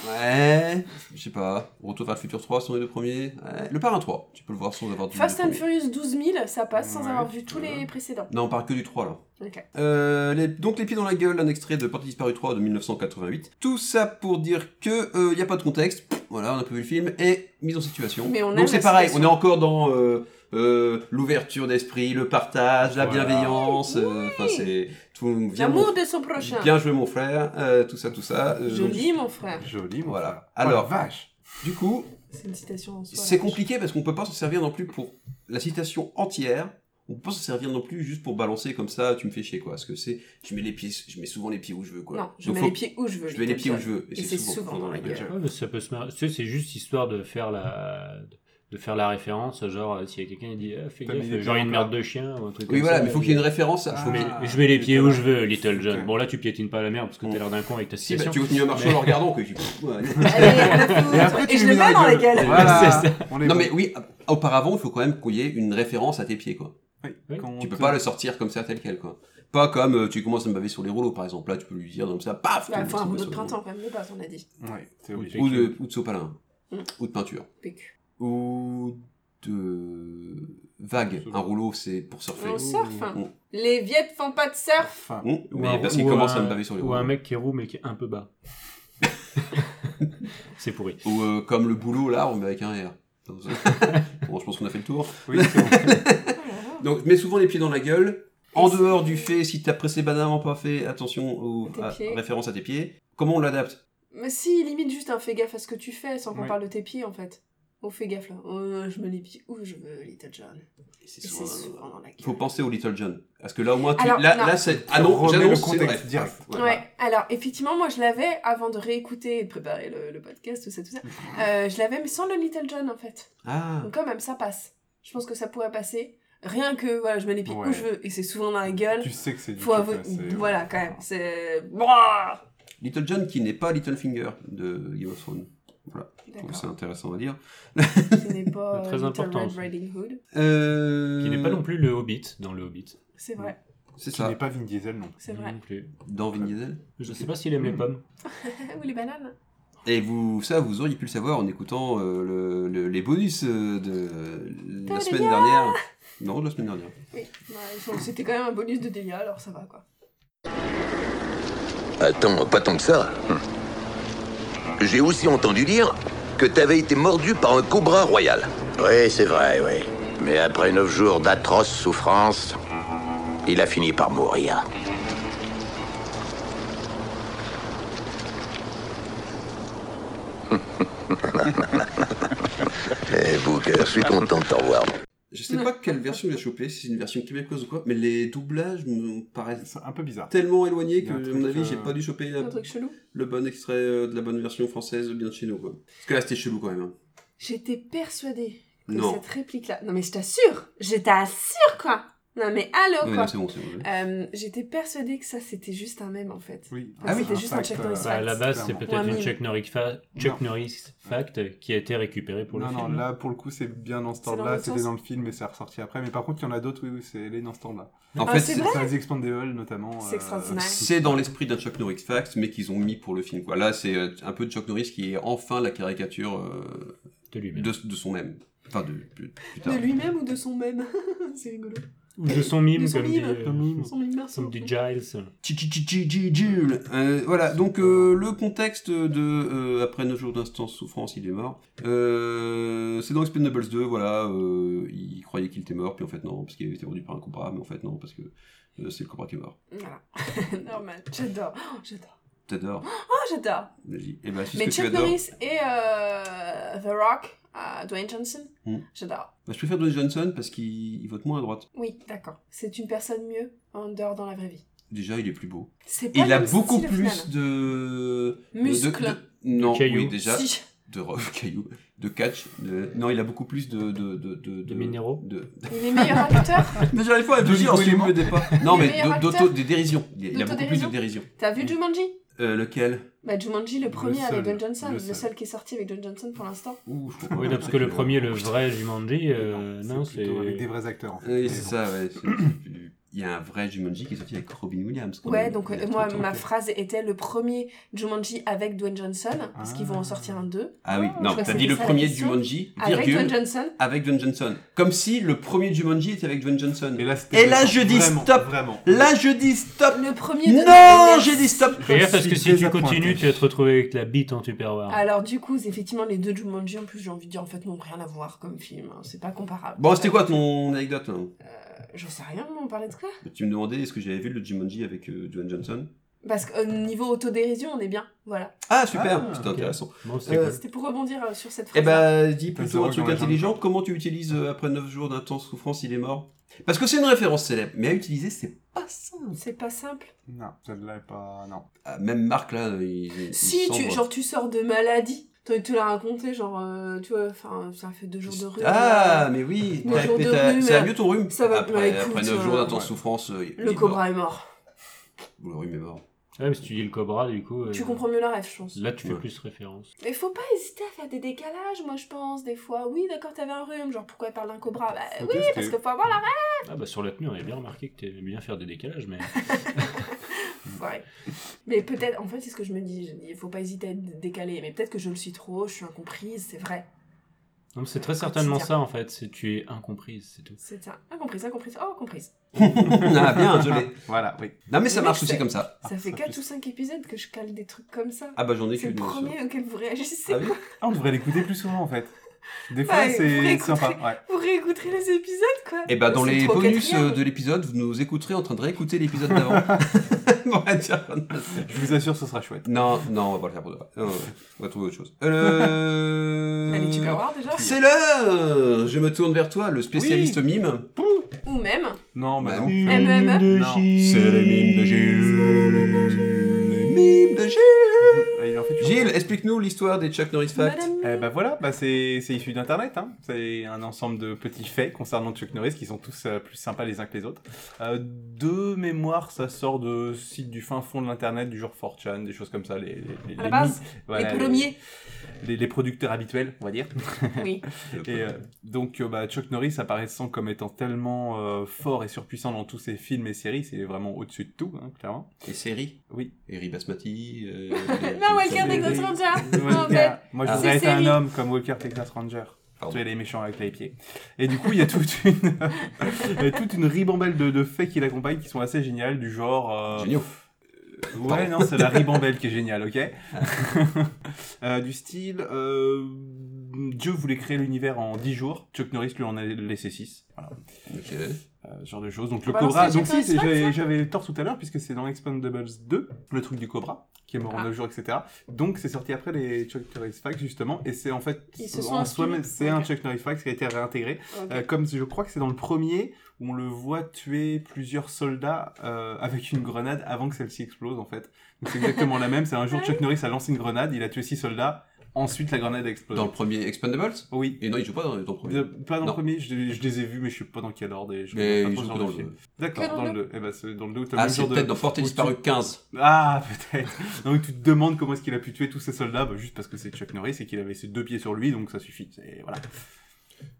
Speaker 7: ouais, je sais pas, Retour vers le futur 3 sont les deux premiers, Ouais, le parrain 3, tu peux le voir sans avoir vu les
Speaker 9: Fast
Speaker 7: deux
Speaker 9: and
Speaker 7: premiers.
Speaker 9: Furious 12 000, ça passe sans
Speaker 8: Ouais.
Speaker 9: avoir vu tous les précédents.
Speaker 7: Non, on parle que du 3 là.
Speaker 9: Ok.
Speaker 7: Euh, les- donc les pieds dans la gueule, un extrait de Partie disparue 3 de 1988. Tout ça pour dire que euh, y a pas de contexte. Pff, Voilà, on a pas vu le film et mise en situation.
Speaker 9: Mais on aime
Speaker 7: donc c'est
Speaker 9: la
Speaker 7: pareil, on est
Speaker 9: situation.
Speaker 7: encore dans euh, euh, l'ouverture d'esprit, le partage, la
Speaker 6: Voilà.
Speaker 7: bienveillance. euh, Enfin c'est tout. bien
Speaker 9: L'amour
Speaker 7: mon-
Speaker 9: de son prochain.
Speaker 7: Bien joué mon frère, euh, tout ça, tout ça. euh, donc,
Speaker 9: Joli, mon frère.
Speaker 8: Joli, mon
Speaker 7: Voilà.
Speaker 8: frère.
Speaker 7: Alors-
Speaker 8: Oh, la vache.
Speaker 7: du coup,
Speaker 9: C'est une citation en soi.
Speaker 7: c'est
Speaker 9: là.
Speaker 7: compliqué parce qu'on peut pas se servir non plus pour la citation entière. On peut pas se servir non plus juste pour balancer comme ça, tu me fais chier quoi. Parce que c'est, je mets les pieds, je mets souvent les pieds où je veux quoi.
Speaker 9: Non, je
Speaker 7: Donc,
Speaker 9: mets
Speaker 7: faut-
Speaker 9: les pieds où je veux.
Speaker 7: Je mets les pieds où je veux.
Speaker 9: Et c'est souvent dans la gueule.
Speaker 6: Ouais, Ah, mais ça peut se mar- tu sais, c'est juste histoire de faire la de faire la référence, genre euh, s'il y a quelqu'un qui dit ah, fais
Speaker 8: T'as
Speaker 6: gaffe,
Speaker 8: mis des
Speaker 6: genre
Speaker 8: pieds
Speaker 6: une
Speaker 8: en
Speaker 6: merde de chien ou un truc
Speaker 7: Oui,
Speaker 6: comme
Speaker 7: voilà,
Speaker 6: ça,
Speaker 7: mais faut qu'il y ait une référence. hein. à-
Speaker 8: Ah,
Speaker 6: Je mets,
Speaker 8: Ah,
Speaker 6: je mets les
Speaker 8: putain.
Speaker 6: pieds où je veux, Little John.
Speaker 8: Putain.
Speaker 6: Bon, là, tu piétines pas la merde parce que
Speaker 7: Bon.
Speaker 6: t'as l'air d'un con avec ta
Speaker 7: Si, bah,
Speaker 6: citation.
Speaker 7: tu continues à marcher
Speaker 6: [laughs]
Speaker 7: en le regardant, que tu- Ouais, non. [laughs]
Speaker 9: Allez,
Speaker 8: Et
Speaker 9: à
Speaker 8: après,
Speaker 9: la
Speaker 8: tu
Speaker 9: Et je
Speaker 8: lui
Speaker 9: le
Speaker 8: mets
Speaker 9: mets dans la
Speaker 8: gueule.
Speaker 9: gueule.
Speaker 8: Voilà.
Speaker 6: C'est
Speaker 8: On est
Speaker 7: Non,
Speaker 8: bon.
Speaker 7: mais oui, a- auparavant, il faut quand même qu'il y ait une référence à tes pieds, quoi.
Speaker 8: Oui,
Speaker 7: Tu peux
Speaker 8: quand-
Speaker 7: pas le sortir comme ça, tel quel, quoi. Pas comme euh, tu commences à me baver sur les rouleaux, par exemple. Là, tu peux lui dire comme ça, paf
Speaker 9: Ouais,
Speaker 7: tu me
Speaker 9: Bah, faut un
Speaker 7: baves
Speaker 9: rouleau
Speaker 7: sur
Speaker 9: de
Speaker 7: les rouleaux.
Speaker 9: printemps, quand même, de base, on a dit.
Speaker 8: Ouais, c'est obligé.
Speaker 7: Ou de, ou de sopalin.
Speaker 9: Mm.
Speaker 7: Ou de peinture.
Speaker 9: PQ.
Speaker 7: Ou de vague. Un rouleau, c'est pour surfer.
Speaker 9: On surf. hein.
Speaker 7: Mm.
Speaker 9: Les Viettes font pas de surf.
Speaker 7: [laughs]
Speaker 8: Enfin,
Speaker 7: Mm.
Speaker 6: Bah, Ou
Speaker 7: Mais
Speaker 6: un-
Speaker 7: parce qu'il
Speaker 6: ou
Speaker 7: commence
Speaker 6: un-
Speaker 7: à me baver sur les
Speaker 6: Ou
Speaker 7: rouleaux.
Speaker 6: un mec qui est roux mais qui est un
Speaker 7: [laughs]
Speaker 6: peu bas. [laughs] c'est pourri.
Speaker 7: Ou euh, comme le boulot, l'arbre, mais avec un R. bon, je pense qu'on a fait le tour.
Speaker 8: oui, c'est bon.
Speaker 7: Donc, mets souvent les pieds dans la gueule. En dehors du fait, si t'as pressé banalement pas fait, attention aux
Speaker 9: Tes
Speaker 7: à-
Speaker 9: pieds.
Speaker 7: référence à tes pieds. Comment on l'adapte
Speaker 9: Mais si, limite juste un fais gaffe à ce que tu fais sans qu'on
Speaker 8: Ouais.
Speaker 9: parle de tes pieds en fait. On fait gaffe là. Oh, je mets les pieds où je veux, Little John.
Speaker 7: C'est
Speaker 9: Et c'est souvent dans la gueule.
Speaker 7: Faut penser au Little John. Parce que là, au moins, tu...
Speaker 9: Alors,
Speaker 7: là,
Speaker 9: non.
Speaker 7: là, c'est... Ah non,
Speaker 8: Remets le
Speaker 7: j'annonce, c'est
Speaker 8: contexte
Speaker 7: vrai.
Speaker 8: direct.
Speaker 9: Ouais,
Speaker 8: bah.
Speaker 9: alors effectivement, moi je l'avais avant de réécouter et de préparer le, le podcast, tout
Speaker 8: [laughs]
Speaker 9: ça, tout ça. Euh, je l'avais, mais sans le Little John en fait.
Speaker 7: Ah,
Speaker 9: Donc quand même, ça passe. Je pense que ça pourrait passer. Rien que, voilà, je mets les pieds
Speaker 8: Ouais.
Speaker 9: où je veux et c'est souvent dans la gueule.
Speaker 8: Tu sais que c'est du
Speaker 9: Faut
Speaker 8: kiff,
Speaker 9: avouer.
Speaker 8: là, c'est-
Speaker 9: Voilà, quand même. C'est. Ouah
Speaker 7: Little John qui n'est pas Littlefinger de Game of Thrones. Je trouve
Speaker 9: D'accord.
Speaker 7: ça intéressant à dire.
Speaker 9: Qui n'est pas euh,
Speaker 6: [laughs] Très
Speaker 9: Little
Speaker 6: important,
Speaker 9: Red
Speaker 6: ça.
Speaker 9: Riding Hood.
Speaker 7: Euh...
Speaker 6: Qui n'est pas non plus le Hobbit dans le Hobbit.
Speaker 9: C'est vrai,
Speaker 8: Mm.
Speaker 7: C'est
Speaker 8: Qui
Speaker 7: ça.
Speaker 8: n'est pas Vin Diesel, non.
Speaker 9: c'est vrai.
Speaker 6: Non plus.
Speaker 7: Dans Vin Diesel.
Speaker 6: Je sais pas s'il aime les pommes.
Speaker 9: Ah, Ou les bananes.
Speaker 7: Et vous, ça, vous auriez pu le savoir en écoutant euh, le- le- les bonus euh, de la
Speaker 9: Pas
Speaker 7: semaine
Speaker 9: les gars
Speaker 7: dernière. Non, de la semaine dernière.
Speaker 9: Oui, bah, ils sont- c'était quand même un bonus de dégâts, alors ça va quoi.
Speaker 5: Attends, pas tant que ça. J'ai aussi entendu dire que t'avais été mordu par un cobra royal. Oui, c'est vrai, oui. Mais après neuf jours d'atroces souffrances, il a fini par [laughs] mourir. Eh, Booker, je suis content de t'en voir.
Speaker 7: Je sais pas quelle version j'ai chopé, si c'est une version québécoise ou quoi, mais les doublages me paraissent
Speaker 8: C'est un peu bizarre.
Speaker 7: tellement éloignés
Speaker 8: Il y
Speaker 7: que,
Speaker 8: a un
Speaker 7: à
Speaker 8: truc,
Speaker 7: mon avis,
Speaker 8: euh,
Speaker 7: j'ai pas dû choper la-
Speaker 9: Un truc chelou.
Speaker 7: le bon extrait euh, de la bonne version française bien de chez nous. Quoi. Parce que là, c'était chelou quand même. hein.
Speaker 9: J'étais persuadée que
Speaker 7: Non.
Speaker 9: cette réplique-là. Non, mais je t'assure, je t'assure, quoi. Non, mais allô,
Speaker 7: Oui,
Speaker 9: Oh, quoi.
Speaker 7: non, c'est bon, c'est bon.
Speaker 9: Euh, J'étais persuadée que ça, c'était juste un mème, en fait.
Speaker 8: Oui.
Speaker 9: Ah oui, c'était juste un check
Speaker 8: fact,
Speaker 9: dans les
Speaker 8: euh,
Speaker 6: Bah, à la base, c'est
Speaker 8: clairement.
Speaker 9: Ouais,
Speaker 6: peut-être une
Speaker 9: mais-
Speaker 6: Chuck Norris, fa- Chuck Norris fact qui a été récupérée pour le
Speaker 8: Non, non,
Speaker 6: film.
Speaker 8: là, pour le coup, c'est bien dans ce
Speaker 9: C'est dans
Speaker 8: temps-là.
Speaker 9: l'autre
Speaker 8: C'était
Speaker 9: sens.
Speaker 8: dans le film et c'est ressorti après. Mais par contre, il y en a d'autres, oui, oui, c'est elle est dans ce temps-là.
Speaker 7: En
Speaker 9: Ah,
Speaker 7: fait,
Speaker 9: c'est
Speaker 7: c'est-
Speaker 9: vrai
Speaker 8: Ça, The Expandables, notamment. euh,
Speaker 9: C'est extraordinaire.
Speaker 7: c'est dans l'esprit d'un Chuck Norris fact, mais qu'ils ont mis pour le film. Quoi. Là, c'est euh, un peu de Chuck Norris qui est enfin la caricature euh,
Speaker 6: De lui-même.
Speaker 7: de, de son même. Enfin, de, plus, plus tard.
Speaker 9: De lui-même ou de son mème [laughs] C'est rigolo.
Speaker 6: Ou de son mime,
Speaker 9: De son
Speaker 6: comme,
Speaker 9: mime.
Speaker 6: Dit,
Speaker 8: Son
Speaker 7: Mm.
Speaker 8: mime.
Speaker 9: Son mème, merci.
Speaker 6: comme dit Giles. euh,
Speaker 7: Chi- chi- chi- chi- chi- Jules. Euh, voilà, donc euh, le contexte de euh, Après 9 jours d'instance souffrance, il est mort. Euh, c'est dans Expendables 2, voilà, euh, il croyait qu'il était mort, puis en fait non, parce qu'il avait été vendu par un cobra, mais en fait non, parce que euh, c'est le cobra qui est mort.
Speaker 9: Voilà. [laughs] Normal. J'adore. Oh, j'adore.
Speaker 7: T'adores,
Speaker 9: Oh, j'adore.
Speaker 7: vas-y. Eh ben, c'est ce
Speaker 9: Mais
Speaker 7: que tu
Speaker 9: Chuck
Speaker 7: adores.
Speaker 9: Norris et euh, The Rock, euh, Dwayne Johnson,
Speaker 7: Mm.
Speaker 9: j'adore.
Speaker 7: Bah, je préfère Dwayne Johnson parce qu'il il vote moins à droite.
Speaker 9: Oui, d'accord. C'est une personne mieux en dehors dans la vraie vie.
Speaker 7: Déjà, il est plus beau.
Speaker 9: C'est pas
Speaker 7: Il
Speaker 9: le
Speaker 7: a
Speaker 9: même
Speaker 7: beaucoup
Speaker 9: style, au
Speaker 7: plus
Speaker 9: final.
Speaker 7: de...
Speaker 9: Muscles.
Speaker 7: de- de- Non,
Speaker 6: Cailloux.
Speaker 7: oui, déjà.
Speaker 9: Si.
Speaker 7: De [laughs] rock, caillou, de catch. de- Non, il a beaucoup plus de... De, de, de, de-
Speaker 6: minéraux.
Speaker 7: de-
Speaker 9: Il est meilleur acteur.
Speaker 7: [laughs] Mais j'arrive pas à réfléchir, ensuite me départ. Non,
Speaker 9: Le
Speaker 7: mais
Speaker 9: meilleur
Speaker 7: d- d'auto,
Speaker 9: acteur.
Speaker 7: des dérisions. Il y a- il y a beaucoup plus de dérision.
Speaker 9: D'autodérision. T'as vu Jumanji
Speaker 7: Euh, lequel
Speaker 9: Bah Jumanji, le premier
Speaker 8: seul.
Speaker 9: avec Dwayne Johnson,
Speaker 8: Le
Speaker 9: le seul.
Speaker 8: seul.
Speaker 9: qui est sorti avec Dwayne Johnson pour l'instant.
Speaker 7: Ouh, je comprends
Speaker 6: Oui,
Speaker 7: pas.
Speaker 6: non, parce que le
Speaker 7: Euh,
Speaker 6: premier, le
Speaker 7: putain.
Speaker 6: vrai Jumanji, euh, non, c'est.
Speaker 8: plutôt avec des vrais acteurs. en fait.
Speaker 7: Oui,
Speaker 8: Mais
Speaker 7: c'est
Speaker 8: bon.
Speaker 7: ça, ouais. c'est- c'est- Il y a un vrai Jumanji qui est sorti avec Robin Williams. quand
Speaker 9: Ouais,
Speaker 7: même,
Speaker 9: donc
Speaker 7: il y a
Speaker 9: euh, moi,
Speaker 7: 30 ans,
Speaker 9: ma
Speaker 7: quoi.
Speaker 9: phrase était le premier Jumanji avec Dwayne Johnson, parce qu'ils vont en
Speaker 8: Ah.
Speaker 9: sortir un deux.
Speaker 7: Ah oui, non,
Speaker 9: crois que
Speaker 7: t'as dit
Speaker 9: c'était
Speaker 7: le
Speaker 9: ça la
Speaker 7: premier
Speaker 9: question.
Speaker 7: Jumanji,
Speaker 9: Avec Dwayne
Speaker 7: Ah. virgule,
Speaker 9: Johnson.
Speaker 7: avec Dwayne Johnson. Comme si le premier Jumanji était avec Dwayne Johnson.
Speaker 8: Et là, c'était
Speaker 7: Et là, je dis
Speaker 8: vraiment,
Speaker 7: stop.
Speaker 8: Vraiment.
Speaker 7: Là, je dis stop
Speaker 9: Le premier.
Speaker 7: Non, j'ai dit stop
Speaker 6: Fais gaffe, parce
Speaker 8: Je
Speaker 6: que
Speaker 8: suis
Speaker 6: si tu
Speaker 8: désappointé.
Speaker 6: continues, tu vas te retrouver avec la bite en tupperware.
Speaker 9: Alors du coup, c'est effectivement les deux Jumanji, en plus j'ai envie de dire en fait n'ont rien à voir comme film, hein. c'est pas comparable.
Speaker 7: Bon, c'était quoi ton anecdote là
Speaker 9: Euh, J'en sais rien, on parlait de quoi
Speaker 7: Tu me demandais est-ce que j'avais vu le Jumanji avec euh, Dwayne Johnson
Speaker 9: Parce que euh, niveau autodérision, on est bien, voilà.
Speaker 7: Ah, super,
Speaker 8: Ah,
Speaker 7: c'était
Speaker 6: ok.
Speaker 7: intéressant.
Speaker 6: Bon, c'est
Speaker 7: Euh,
Speaker 6: cool.
Speaker 9: C'était pour rebondir euh, sur cette
Speaker 7: Eh
Speaker 9: phrase.
Speaker 7: ben, dis
Speaker 8: T'as
Speaker 7: plutôt
Speaker 8: zéro
Speaker 7: un truc
Speaker 8: dans la jambe.
Speaker 7: intelligent. Comment tu utilises euh, après 9 jours d'intense souffrance, il est mort Parce que c'est une référence célèbre, mais à utiliser, c'est pas simple.
Speaker 9: C'est pas simple.
Speaker 8: Non, celle-là est pas. Non.
Speaker 7: Ah, même Marc, là, il. il-
Speaker 9: Si,
Speaker 7: il
Speaker 9: tu,
Speaker 7: sombre.
Speaker 9: genre tu sors de maladie, t'as tu l'as raconté, genre euh, tu vois, enfin ça fait deux jours de rhume.
Speaker 7: Ah,
Speaker 9: euh,
Speaker 7: mais oui
Speaker 9: Deux
Speaker 7: t'as-
Speaker 9: jours de
Speaker 7: t'as-
Speaker 9: rhume,
Speaker 7: Ça va
Speaker 9: euh,
Speaker 7: mieux ton rhume
Speaker 9: ça va-
Speaker 7: Après,
Speaker 9: bah, écoute,
Speaker 7: après 9 jours
Speaker 9: euh,
Speaker 7: d'intense
Speaker 8: ouais.
Speaker 7: souffrance, euh, il- il
Speaker 9: le
Speaker 7: est
Speaker 9: cobra est mort.
Speaker 7: mort. Le rhume est mort. [laughs]
Speaker 6: Ouais, mais si tu dis le cobra, du coup. euh,
Speaker 9: Tu comprends mieux la rêve, je pense.
Speaker 6: Là, tu fais
Speaker 7: Ouais.
Speaker 6: plus référence.
Speaker 9: Mais faut pas hésiter à faire des décalages, moi je pense, des fois. Oui, d'accord, t'avais un rhume, genre pourquoi elle parle d'un cobra Bah
Speaker 8: Faut
Speaker 9: oui,
Speaker 8: tester.
Speaker 9: parce que faut avoir la rêve.
Speaker 6: Ah, bah sur la tenue, on avait bien remarqué que t'aimais bien faire des décalages, mais.
Speaker 9: Ouais. Mais peut-être, en fait, c'est ce que je me dis. Je dis, il faut pas hésiter à être décalé. Mais peut-être que je le suis trop, je suis incomprise, c'est vrai.
Speaker 6: Non, mais c'est très certainement ça, en fait. C'est tu es incomprise, c'est tout.
Speaker 9: C'est ça. Incomprise, incomprise. Oh, comprise.
Speaker 7: ah,
Speaker 9: [laughs]
Speaker 7: bien, je l'ai.
Speaker 8: Voilà, oui.
Speaker 7: Non, mais ça
Speaker 9: Mais
Speaker 7: marche
Speaker 9: c'est-
Speaker 7: aussi comme ça.
Speaker 9: ça fait
Speaker 8: ça
Speaker 9: 4
Speaker 8: fait-
Speaker 9: ou 5 épisodes que je cale des trucs comme ça.
Speaker 7: Ah, bah, j'en ai
Speaker 9: c'est
Speaker 7: qu'une.
Speaker 9: le
Speaker 7: bien sûr.
Speaker 9: premier auquel vous réagissez.
Speaker 7: Ah oui
Speaker 8: Ah, on devrait l'écouter plus souvent en fait. Des fois,
Speaker 9: Ouais,
Speaker 8: c'est
Speaker 9: faut
Speaker 8: sympa.
Speaker 9: écouter.
Speaker 8: Ouais.
Speaker 9: Vous réécouterez les épisodes, quoi.
Speaker 7: Et bah, dans
Speaker 9: C'est
Speaker 7: les
Speaker 9: trop
Speaker 7: bonus
Speaker 9: quatrième.
Speaker 7: euh, de l'épisode, vous nous écouterez en train de réécouter l'épisode
Speaker 9: [laughs]
Speaker 7: d'avant. On va dire-
Speaker 8: Je vous assure, ce sera chouette.
Speaker 7: Non, non, on va pas le faire pour de vrai. Non, non, on va trouver autre chose. Euh...
Speaker 9: [laughs] Allez, tu peux voir déjà.
Speaker 7: C'est l'heure Je me tourne vers toi, le spécialiste mime.
Speaker 9: Ou même.
Speaker 8: Non, bah
Speaker 7: Bah,
Speaker 8: non.
Speaker 7: oui.
Speaker 9: MMM.
Speaker 8: Non.
Speaker 7: C'est les mimes de Gilles. Les mimes de Gilles.
Speaker 8: Ah, il en fait toujours.
Speaker 7: Gilles, explique-nous l'histoire des Chuck Norris Facts.
Speaker 9: Madame.
Speaker 8: Eh ben voilà, bah c'est c'est issu d'Internet. Hein. C'est un ensemble de petits faits concernant Chuck Norris qui sont tous euh, plus sympas les uns que les autres. Euh, de mémoire, ça sort de sites du fin fond de l'Internet, du genre 4chan, des choses comme ça. Les, les, les-
Speaker 9: À la
Speaker 8: les
Speaker 9: base,
Speaker 8: mi- voilà,
Speaker 9: les premiers.
Speaker 8: les- les producteurs habituels, on va dire.
Speaker 7: [laughs]
Speaker 9: Oui. Bah,
Speaker 8: Et euh, donc euh, bah, Chuck Norris apparaissant comme étant tellement euh, fort et surpuissant dans tous ses films et séries, c'est vraiment au-dessus de tout, hein, clairement.
Speaker 7: Et séries
Speaker 8: Oui.
Speaker 7: Eri Basmati.
Speaker 9: [laughs]
Speaker 7: euh,
Speaker 9: Non, Walker
Speaker 7: Samuel- [laughs]
Speaker 9: Texas Ranger.
Speaker 8: [laughs]
Speaker 9: En fait.
Speaker 8: Walker. Moi, je voudrais
Speaker 7: Ah.
Speaker 9: Ah, C'est
Speaker 8: être un
Speaker 9: série.
Speaker 8: homme comme Walker Texas Ranger.
Speaker 7: Pardon.
Speaker 8: Tu es les méchants avec les pieds. Et du coup, il y a toute [laughs] une, il y a toute une ribambelle de, de faits qui l'accompagnent qui sont assez géniales, du genre. euh,
Speaker 7: Géniaux.
Speaker 8: Ouais, non, c'est la ribambelle qui est géniale, ok [laughs] Euh, Du style, euh, Dieu voulait créer l'univers en 10 jours, Chuck Norris lui en a laissé 6. Voilà,
Speaker 7: Ok.
Speaker 8: Euh, ce genre de choses. Donc le
Speaker 9: balance
Speaker 8: Cobra,
Speaker 9: les
Speaker 8: donc
Speaker 9: Chuck
Speaker 8: si, c'est-
Speaker 9: Norris
Speaker 8: j'avais j'avais tort tout à l'heure, puisque c'est dans Expendables 2, le truc du Cobra, qui est mort en
Speaker 9: Ah.
Speaker 8: 9 jours, etc. Donc c'est sorti après les Chuck Norris Facts, justement, et c'est en fait,
Speaker 9: Ils se sont
Speaker 8: en soi-même,
Speaker 9: inspirés.
Speaker 8: c'est un
Speaker 9: Ok.
Speaker 8: Chuck Norris Facts qui a été réintégré.
Speaker 9: Ok.
Speaker 8: Euh, comme je crois que c'est dans le premier où on le voit tuer plusieurs soldats euh, avec une grenade avant que celle-ci explose en fait. Donc c'est exactement la même. C'est un jour Chuck Norris a lancé une grenade, il a tué six soldats. Ensuite, la grenade a explosé.
Speaker 7: Dans le premier Expendables
Speaker 8: Oui.
Speaker 7: Et non, il joue pas dans dans le premier.
Speaker 8: Euh, Pas dans le
Speaker 7: Non.
Speaker 8: premier, je, je les ai vus, mais je sais pas dans quel ordre. Et je
Speaker 7: Mais
Speaker 8: regarde
Speaker 7: il
Speaker 8: pas
Speaker 7: joue
Speaker 8: trop ce genre
Speaker 7: que dans
Speaker 8: de
Speaker 7: le.
Speaker 8: film. D'accord,
Speaker 9: Que dans
Speaker 8: dans,
Speaker 9: le
Speaker 8: le... Eh ben, c'est dans le 2, t'as
Speaker 7: Ah,
Speaker 8: le
Speaker 7: c'est
Speaker 8: genre de...
Speaker 7: peut-être dans Portée
Speaker 8: où
Speaker 7: disparue 15.
Speaker 8: Ah, peut-être. Non, mais tu te demandes comment est-ce qu'il a pu tuer tous ces soldats, bah, juste parce que c'est Chuck Norris et qu'il avait ses deux pieds sur lui, donc ça suffit. C'est- Voilà.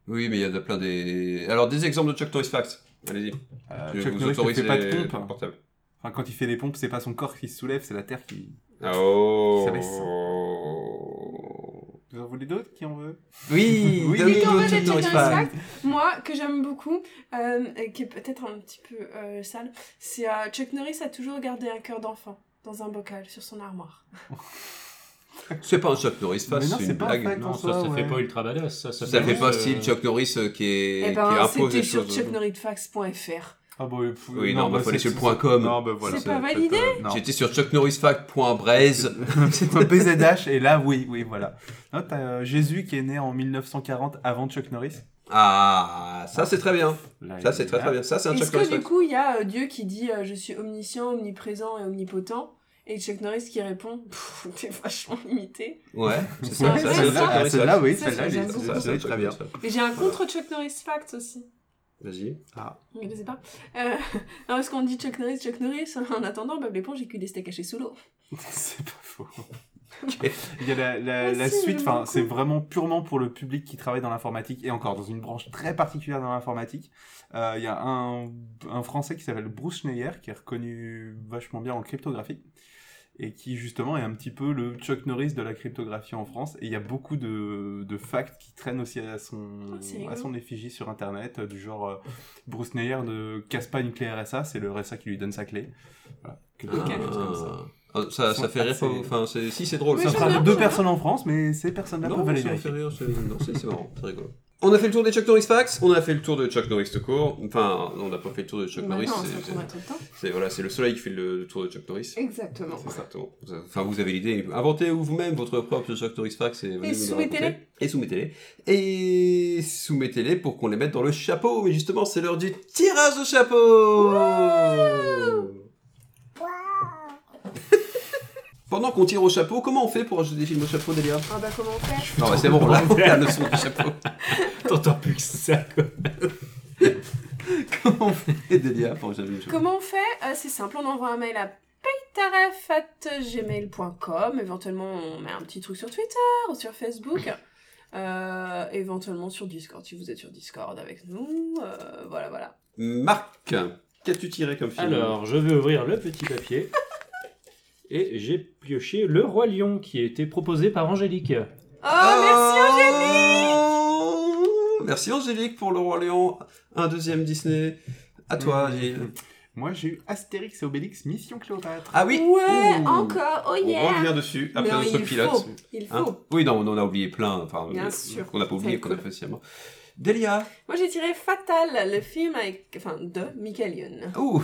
Speaker 7: Oui, mais il y en a plein des. Alors, des exemples de Chuck Norris Facts. Allez-y.
Speaker 8: Euh,
Speaker 7: Je
Speaker 8: Chuck
Speaker 7: vous
Speaker 8: Norris ne
Speaker 7: autorise
Speaker 8: fait pas de
Speaker 7: les- les
Speaker 8: pompe.
Speaker 7: portables.
Speaker 8: Enfin, quand il fait des pompes, c'est pas son corps qui se soulève, c'est la terre qui.
Speaker 7: Oh.
Speaker 8: Ah, Ça baisse. Vous en voulez d'autres qui en veut
Speaker 7: Oui,
Speaker 8: Oui,
Speaker 7: Domino,
Speaker 9: Qui en veut
Speaker 7: Chuck
Speaker 9: des
Speaker 7: Norris
Speaker 9: Chuck
Speaker 7: Facts.
Speaker 9: Norris Moi, que j'aime beaucoup, euh, et qui est peut-être un petit peu euh, sale, c'est euh, Chuck Norris a toujours gardé un cœur d'enfant dans un bocal sur son armoire.
Speaker 7: C'est pas un Chuck Norris Facts,
Speaker 8: Mais non,
Speaker 7: c'est
Speaker 8: c'est
Speaker 7: une
Speaker 8: pas un
Speaker 7: blague.
Speaker 8: fact.
Speaker 6: Non,
Speaker 8: en
Speaker 6: ça, ça
Speaker 8: soi,
Speaker 6: fait
Speaker 8: ouais.
Speaker 6: pas ultra badass. Ça, ça,
Speaker 7: Ça fait pas
Speaker 6: juste, euh,
Speaker 7: style Chuck Norris euh, qui est
Speaker 9: Et
Speaker 7: qui
Speaker 9: ben,
Speaker 7: impose
Speaker 9: c'était
Speaker 7: des
Speaker 9: sur
Speaker 7: choses.
Speaker 9: chucknorrisfacts.fr.
Speaker 8: Ah, bah, euh, pff,
Speaker 7: Oui, non, bah, faut aller
Speaker 8: c'est-
Speaker 7: sur le point com.
Speaker 8: Non, bah voilà.
Speaker 9: C'est pas
Speaker 7: en fait,
Speaker 9: validé
Speaker 7: euh,
Speaker 8: Non.
Speaker 7: J'étais sur
Speaker 9: [laughs]
Speaker 7: chucknorrisfact.braise.
Speaker 8: C'est un PZH, et là, oui, oui, voilà. Non, t'as euh, Jésus qui est né en 1940 avant Chuck Norris.
Speaker 7: Ah, ça c'est très bien.
Speaker 8: Là,
Speaker 7: Ça
Speaker 8: il
Speaker 7: c'est
Speaker 8: est
Speaker 7: très
Speaker 8: là.
Speaker 7: très bien. Ça c'est un
Speaker 9: Est-ce
Speaker 7: Chuck
Speaker 9: que
Speaker 7: Norris
Speaker 9: du
Speaker 7: Facts.
Speaker 9: coup, il y a euh, Dieu qui dit euh, Je suis omniscient, omniprésent et omnipotent Et Chuck Norris qui répond [laughs] Pff, T'es vachement limité. [laughs]
Speaker 7: Ouais, c'est
Speaker 9: Ouais,
Speaker 7: ça. ça, c'est le Chuck Norris
Speaker 9: celle-là,
Speaker 8: celle-là,
Speaker 7: Facts.
Speaker 8: oui,
Speaker 9: Ça, celle-là,
Speaker 7: Ça,
Speaker 9: elle est-
Speaker 7: c'est
Speaker 9: ça,
Speaker 7: le Chuck
Speaker 8: très bien.
Speaker 7: Norris Facts.
Speaker 9: Mais j'ai un contre Chuck Norris Facts aussi.
Speaker 7: Vas-y.
Speaker 8: Ah.
Speaker 7: Hmm.
Speaker 9: Je ne sais pas. Euh, [laughs] alors, est-ce qu'on dit Chuck Norris, Chuck Norris [laughs] En attendant, Bob l'éponge, j'ai cul des steaks cachés sous l'eau.
Speaker 8: C'est pas faux. Il y a la, la-
Speaker 9: Ah,
Speaker 8: la
Speaker 9: si,
Speaker 8: suite,
Speaker 9: j'aime
Speaker 8: enfin,
Speaker 9: beaucoup.
Speaker 8: c'est vraiment purement pour le public qui travaille dans l'informatique et encore dans une branche très particulière dans l'informatique. Euh, Il y a un, un Français qui s'appelle Bruce Schneier qui est reconnu vachement bien en cryptographie et qui justement est un petit peu le Chuck Norris de la cryptographie en France. Et il y a beaucoup de, de facts qui traînent aussi à son,
Speaker 9: Ah, c'est rigolo.
Speaker 8: à son effigie sur Internet, euh, du genre euh, Bruce Schneier ne casse pas une clé RSA, c'est le RSA qui lui donne sa clé. Voilà, quelque chose comme ça.
Speaker 7: Ah, ah, Ça, ça
Speaker 8: Sont
Speaker 7: fait rire,
Speaker 8: assez-
Speaker 7: quand- enfin, c'est- si c'est drôle,
Speaker 9: Oui,
Speaker 8: Ça
Speaker 9: je
Speaker 7: fera
Speaker 9: veux
Speaker 8: fera
Speaker 9: bien,
Speaker 8: deux
Speaker 9: je veux bien.
Speaker 8: personnes en France, mais ces personnes-là
Speaker 7: Non,
Speaker 8: peuvent aller
Speaker 7: ça me fait
Speaker 8: vérifier.
Speaker 7: rire, c'est- non, c'est c'est marrant, c'est rigolo. On a fait le tour des Chuck Norris Facts, on a fait le tour de Chuck Norris tout court, enfin, on n'a pas fait le tour de Chuck
Speaker 9: Bah
Speaker 7: Norris,
Speaker 9: non, on
Speaker 7: c'est-
Speaker 9: se
Speaker 7: c'est-
Speaker 9: retrouvera tout le temps.
Speaker 7: c'est voilà, c'est le soleil qui fait le, le tour de Chuck Norris.
Speaker 9: Exactement.
Speaker 7: C'est ça, tout. Vous avez- Enfin, vous avez l'idée. Inventez vous-même votre propre Chuck Norris Facts et, venez nous le
Speaker 9: soumettez-les.
Speaker 7: raconter. Et soumettez-les. Et soumettez-les pour qu'on les mette dans le chapeau. Mais justement, c'est l'heure du tirage au chapeau [laughs] Pendant qu'on tire au chapeau, comment on fait pour ajouter des films au chapeau, Delia
Speaker 9: Ah bah comment faire
Speaker 7: Non, bah, c'est bon, là, on a le son du chapeau.
Speaker 6: [laughs] T'entends plus que ça, quoi.
Speaker 7: [laughs] Comment on fait, Delia, pour ajouter des films au chapeau
Speaker 9: Comment on fait Euh, C'est simple, on envoie un mail à paytaref.gmail.com. Éventuellement, on met un petit truc sur Twitter ou sur Facebook.
Speaker 7: [coughs]
Speaker 9: Euh, éventuellement sur Discord, si vous êtes sur Discord avec nous. Euh, voilà, voilà.
Speaker 7: Marc, qu'as-tu tiré comme film
Speaker 6: Alors, je vais ouvrir le petit papier. Et j'ai pioché Le Roi Lion, qui a été proposé par Angélique.
Speaker 9: Oh, merci
Speaker 7: Euh, Angélique Merci Angélique pour le Roi Lion, un deuxième Disney. À toi,
Speaker 8: Mm.
Speaker 7: Gilles.
Speaker 8: Moi, j'ai eu Astérix et Obélix, Mission Cléopâtre.
Speaker 7: Ah oui
Speaker 9: Ouais,
Speaker 7: Ouh.
Speaker 9: encore, oh
Speaker 7: On
Speaker 9: yeah
Speaker 7: revient dessus après
Speaker 9: Non,
Speaker 7: notre
Speaker 9: il
Speaker 7: pilote.
Speaker 9: faut, il faut.
Speaker 7: Hein oui, non, on en a oublié plein. Enfin,
Speaker 9: Bien
Speaker 7: euh,
Speaker 9: sûr.
Speaker 7: Qu'on n'a pas oublié,
Speaker 9: C'est
Speaker 7: qu'on a
Speaker 9: cool.
Speaker 7: fait sciemment. Delia
Speaker 9: Moi j'ai tiré Fatal, le film avec, enfin, de Michael Youn.
Speaker 7: Ouh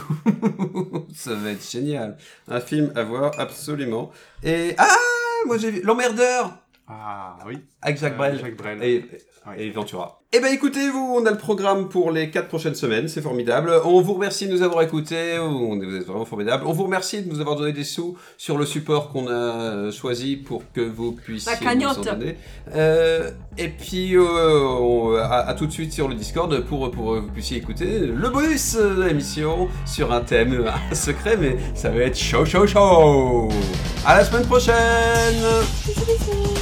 Speaker 7: [laughs] Ça va être génial. Un film à voir, absolument. Et. Ah Moi j'ai vu L'Emmerdeur
Speaker 8: Ah oui.
Speaker 7: Avec Jacques
Speaker 8: Euh,
Speaker 7: Brel.
Speaker 8: Jacques Brel.
Speaker 7: Et, et Ventura. Eh ben écoutez, vous, on a le programme pour les quatre prochaines semaines, c'est formidable. On vous remercie de nous avoir écoutés, on, vous êtes vraiment formidables. On vous remercie de nous avoir donné des sous sur le support qu'on a euh, choisi pour que vous puissiez
Speaker 9: La cagnotte.
Speaker 7: nous en donner. Euh, et puis euh, on- à, à tout de suite sur le Discord pour, pour que vous puissiez écouter le bonus de l'émission sur un thème [laughs] un secret, mais ça va être chaud chaud chaud. À la semaine prochaine.
Speaker 9: Bisous, bisous.